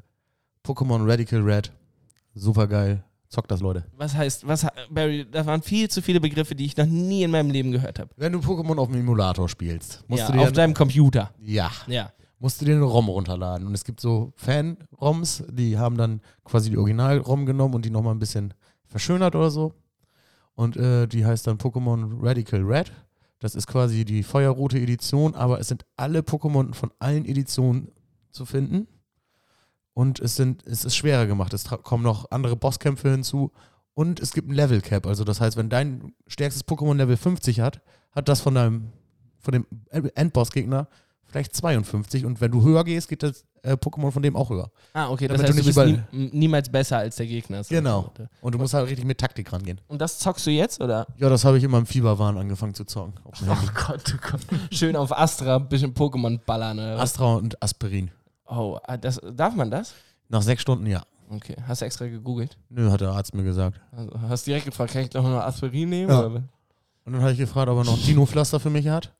Speaker 1: Pokémon Radical Red. Super geil. Zockt das, Leute.
Speaker 4: Was heißt, was, ha- Barry, das waren viel zu viele Begriffe, die ich noch nie in meinem Leben gehört habe.
Speaker 1: Wenn du Pokémon auf dem Emulator spielst, musst
Speaker 4: Ja,
Speaker 1: du dir
Speaker 4: auf deinem Computer.
Speaker 1: ja,
Speaker 4: Ja.
Speaker 1: musst du dir eine ROM runterladen. Und es gibt so Fan-ROMs, die haben dann quasi die Original-ROM genommen und die nochmal ein bisschen verschönert oder so. Und äh, die heißt dann Pokémon Radical Red. Das ist quasi die Feuerrote-Edition, aber es sind alle Pokémon von allen Editionen zu finden. Und es, sind, es ist schwerer gemacht. Es tra- kommen noch andere Bosskämpfe hinzu. Und es gibt ein Level Cap. Also das heißt, wenn dein stärkstes Pokémon Level 50 hat, hat das von deinem von dem Endboss-Gegner vielleicht 52 und wenn du höher gehst, geht das äh, Pokémon von dem auch höher.
Speaker 4: Ah, okay,
Speaker 1: Damit
Speaker 4: das
Speaker 1: du
Speaker 4: heißt,
Speaker 1: nicht
Speaker 4: du, bist nie, m- niemals besser als der Gegner. so.
Speaker 1: Und du musst halt richtig mit Taktik rangehen.
Speaker 4: Und das zockst du jetzt, oder?
Speaker 1: Ja, das habe ich immer im Fieberwahn angefangen zu zocken. Auf dem Handy.
Speaker 4: Gott, oh Gott. Schön auf Astra ein bisschen Pokémon ballern. Oder? was?
Speaker 1: Astra und Aspirin.
Speaker 4: oh, ah, das, darf man das?
Speaker 1: Nach sechs Stunden, ja.
Speaker 4: Okay, hast du extra gegoogelt?
Speaker 1: Nö, hat der Arzt mir gesagt.
Speaker 4: Also, hast direkt gefragt, kann ich noch mal Aspirin nehmen?
Speaker 1: Ja.
Speaker 4: Oder?
Speaker 1: Und dann habe ich gefragt, ob er noch ein Dino-Pflaster für mich hat.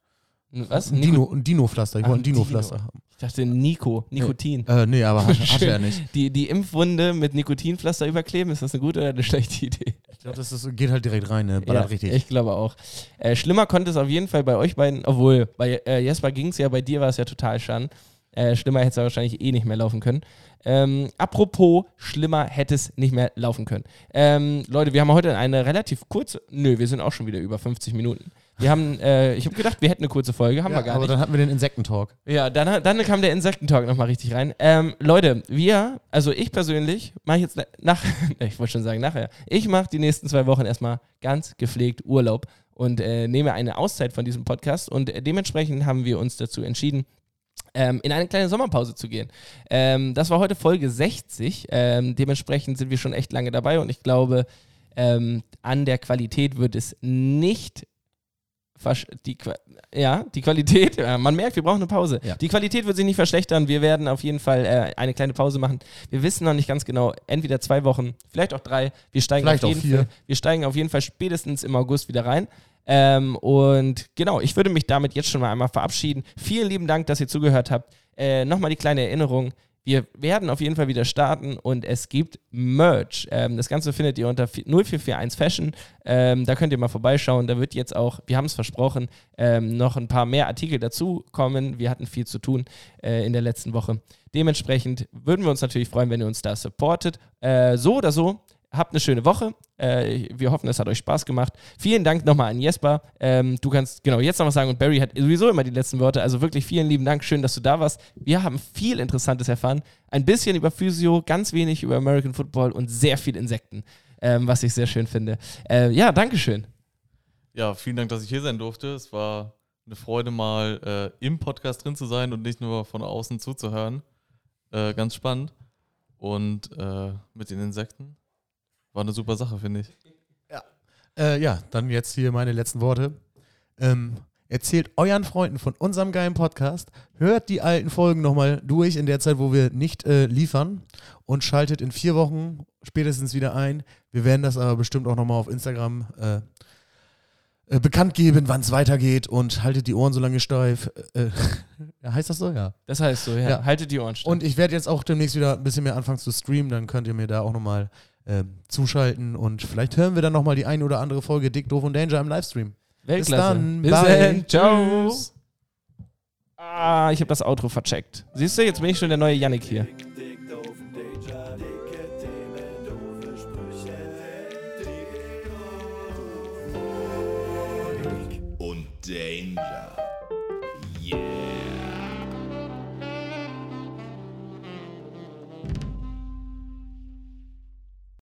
Speaker 4: Was?
Speaker 1: Ein Dino- ein Dino-Pflaster. ich
Speaker 4: Ah,
Speaker 1: wollte ein
Speaker 4: ein Dino.
Speaker 1: Dino-Pflaster haben.
Speaker 4: Ich dachte Nico, Nikotin.
Speaker 1: Äh, nee, aber hat, hatte er nicht.
Speaker 4: Die, die Impfwunde mit Nikotinpflaster überkleben, ist das eine gute oder eine schlechte Idee?
Speaker 1: Ich glaube, das ist, geht halt direkt rein, ne? Ballert richtig.
Speaker 4: Ich glaube auch. Äh, schlimmer konnte es auf jeden Fall bei euch beiden, obwohl bei äh, Jesper ging es ja, bei dir war es ja total schaden. Äh, schlimmer hätte es ja wahrscheinlich eh nicht mehr laufen können. Ähm, apropos, schlimmer hätte es nicht mehr laufen können. Ähm, Leute, wir haben heute eine relativ kurze. Nö, wir sind auch schon wieder über 50 Minuten. Wir haben, äh, ich habe gedacht, wir hätten eine kurze Folge, haben
Speaker 1: Ja,
Speaker 4: wir gar
Speaker 1: aber
Speaker 4: nicht.
Speaker 1: dann hatten wir den Insektentalk.
Speaker 4: Ja, dann, dann kam der Insektentalk nochmal richtig rein. Ähm, Leute, wir, also ich persönlich, mache jetzt na- nach, ich wollte schon sagen nachher, ich mache die nächsten zwei Wochen erstmal ganz gepflegt Urlaub und äh, nehme eine Auszeit von diesem Podcast und äh, dementsprechend haben wir uns dazu entschieden, ähm, in eine kleine Sommerpause zu gehen. Ähm, das war heute Folge 60. Ähm, dementsprechend sind wir schon echt lange dabei und ich glaube, ähm, an der Qualität wird es nicht. versch- Die, Qua- ja, die Qualität, ja, man merkt, wir brauchen eine Pause.
Speaker 1: Ja.
Speaker 4: Die Qualität wird sich nicht verschlechtern. Wir werden auf jeden Fall äh, eine kleine Pause machen. Wir wissen noch nicht ganz genau, entweder zwei Wochen, vielleicht auch drei. Wir steigen,
Speaker 1: Vielleicht
Speaker 4: auf
Speaker 1: auch
Speaker 4: jeden
Speaker 1: vier.
Speaker 4: Fall, wir steigen auf jeden Fall spätestens im August wieder rein. Ähm, und genau, ich würde mich damit jetzt schon mal einmal verabschieden. Vielen lieben Dank, dass ihr zugehört habt. Äh, Nochmal die kleine Erinnerung. Wir werden auf jeden Fall wieder starten und es gibt Merch. Ähm, das Ganze findet ihr unter 0441 Fashion. Ähm, da könnt ihr mal vorbeischauen. Da wird jetzt auch, wir haben es versprochen, ähm, noch ein paar mehr Artikel dazu kommen. Wir hatten viel zu tun äh, in der letzten Woche. Dementsprechend würden wir uns natürlich freuen, wenn ihr uns da supportet. Äh, so oder so, habt eine schöne Woche. Äh, wir hoffen, es hat euch Spaß gemacht. Vielen Dank nochmal an Jesper. Ähm, du kannst genau jetzt noch was sagen und Barry hat sowieso immer die letzten Worte. Also wirklich vielen lieben Dank. Schön, dass du da warst. Wir haben viel Interessantes erfahren. Ein bisschen über Physio, ganz wenig über American Football und sehr viel Insekten, ähm, was ich sehr schön finde. Äh, ja, Dankeschön.
Speaker 2: Ja, vielen Dank, dass ich hier sein durfte. Es war eine Freude, mal äh, im Podcast drin zu sein und nicht nur von außen zuzuhören. Äh, ganz spannend. Und äh, mit den Insekten war eine super Sache, finde ich.
Speaker 1: Äh, ja, dann jetzt hier meine letzten Worte. Ähm, erzählt euren Freunden von unserem geilen Podcast. Hört die alten Folgen nochmal durch in der Zeit, wo wir nicht äh, liefern. Und schaltet in vier Wochen spätestens wieder ein. Wir werden das aber bestimmt auch nochmal auf Instagram äh, äh, bekannt geben, wann es weitergeht. Und haltet die Ohren so lange steif. Äh, äh, ja, heißt das so? Ja.
Speaker 4: Das heißt so, ja.
Speaker 1: Ja.
Speaker 4: Haltet die Ohren steif.
Speaker 1: Und ich werde jetzt auch demnächst wieder ein bisschen mehr anfangen zu streamen, dann könnt ihr mir da auch nochmal ähm, zuschalten und vielleicht hören wir dann nochmal die ein oder andere Folge Dick, Doof und Danger im Livestream.
Speaker 4: Weltklasse.
Speaker 1: dann.
Speaker 4: Bis
Speaker 1: Bye.
Speaker 4: dann. Ciao. Ah, ich habe das Outro vercheckt. Siehst du, jetzt bin ich schon der neue Yannick hier.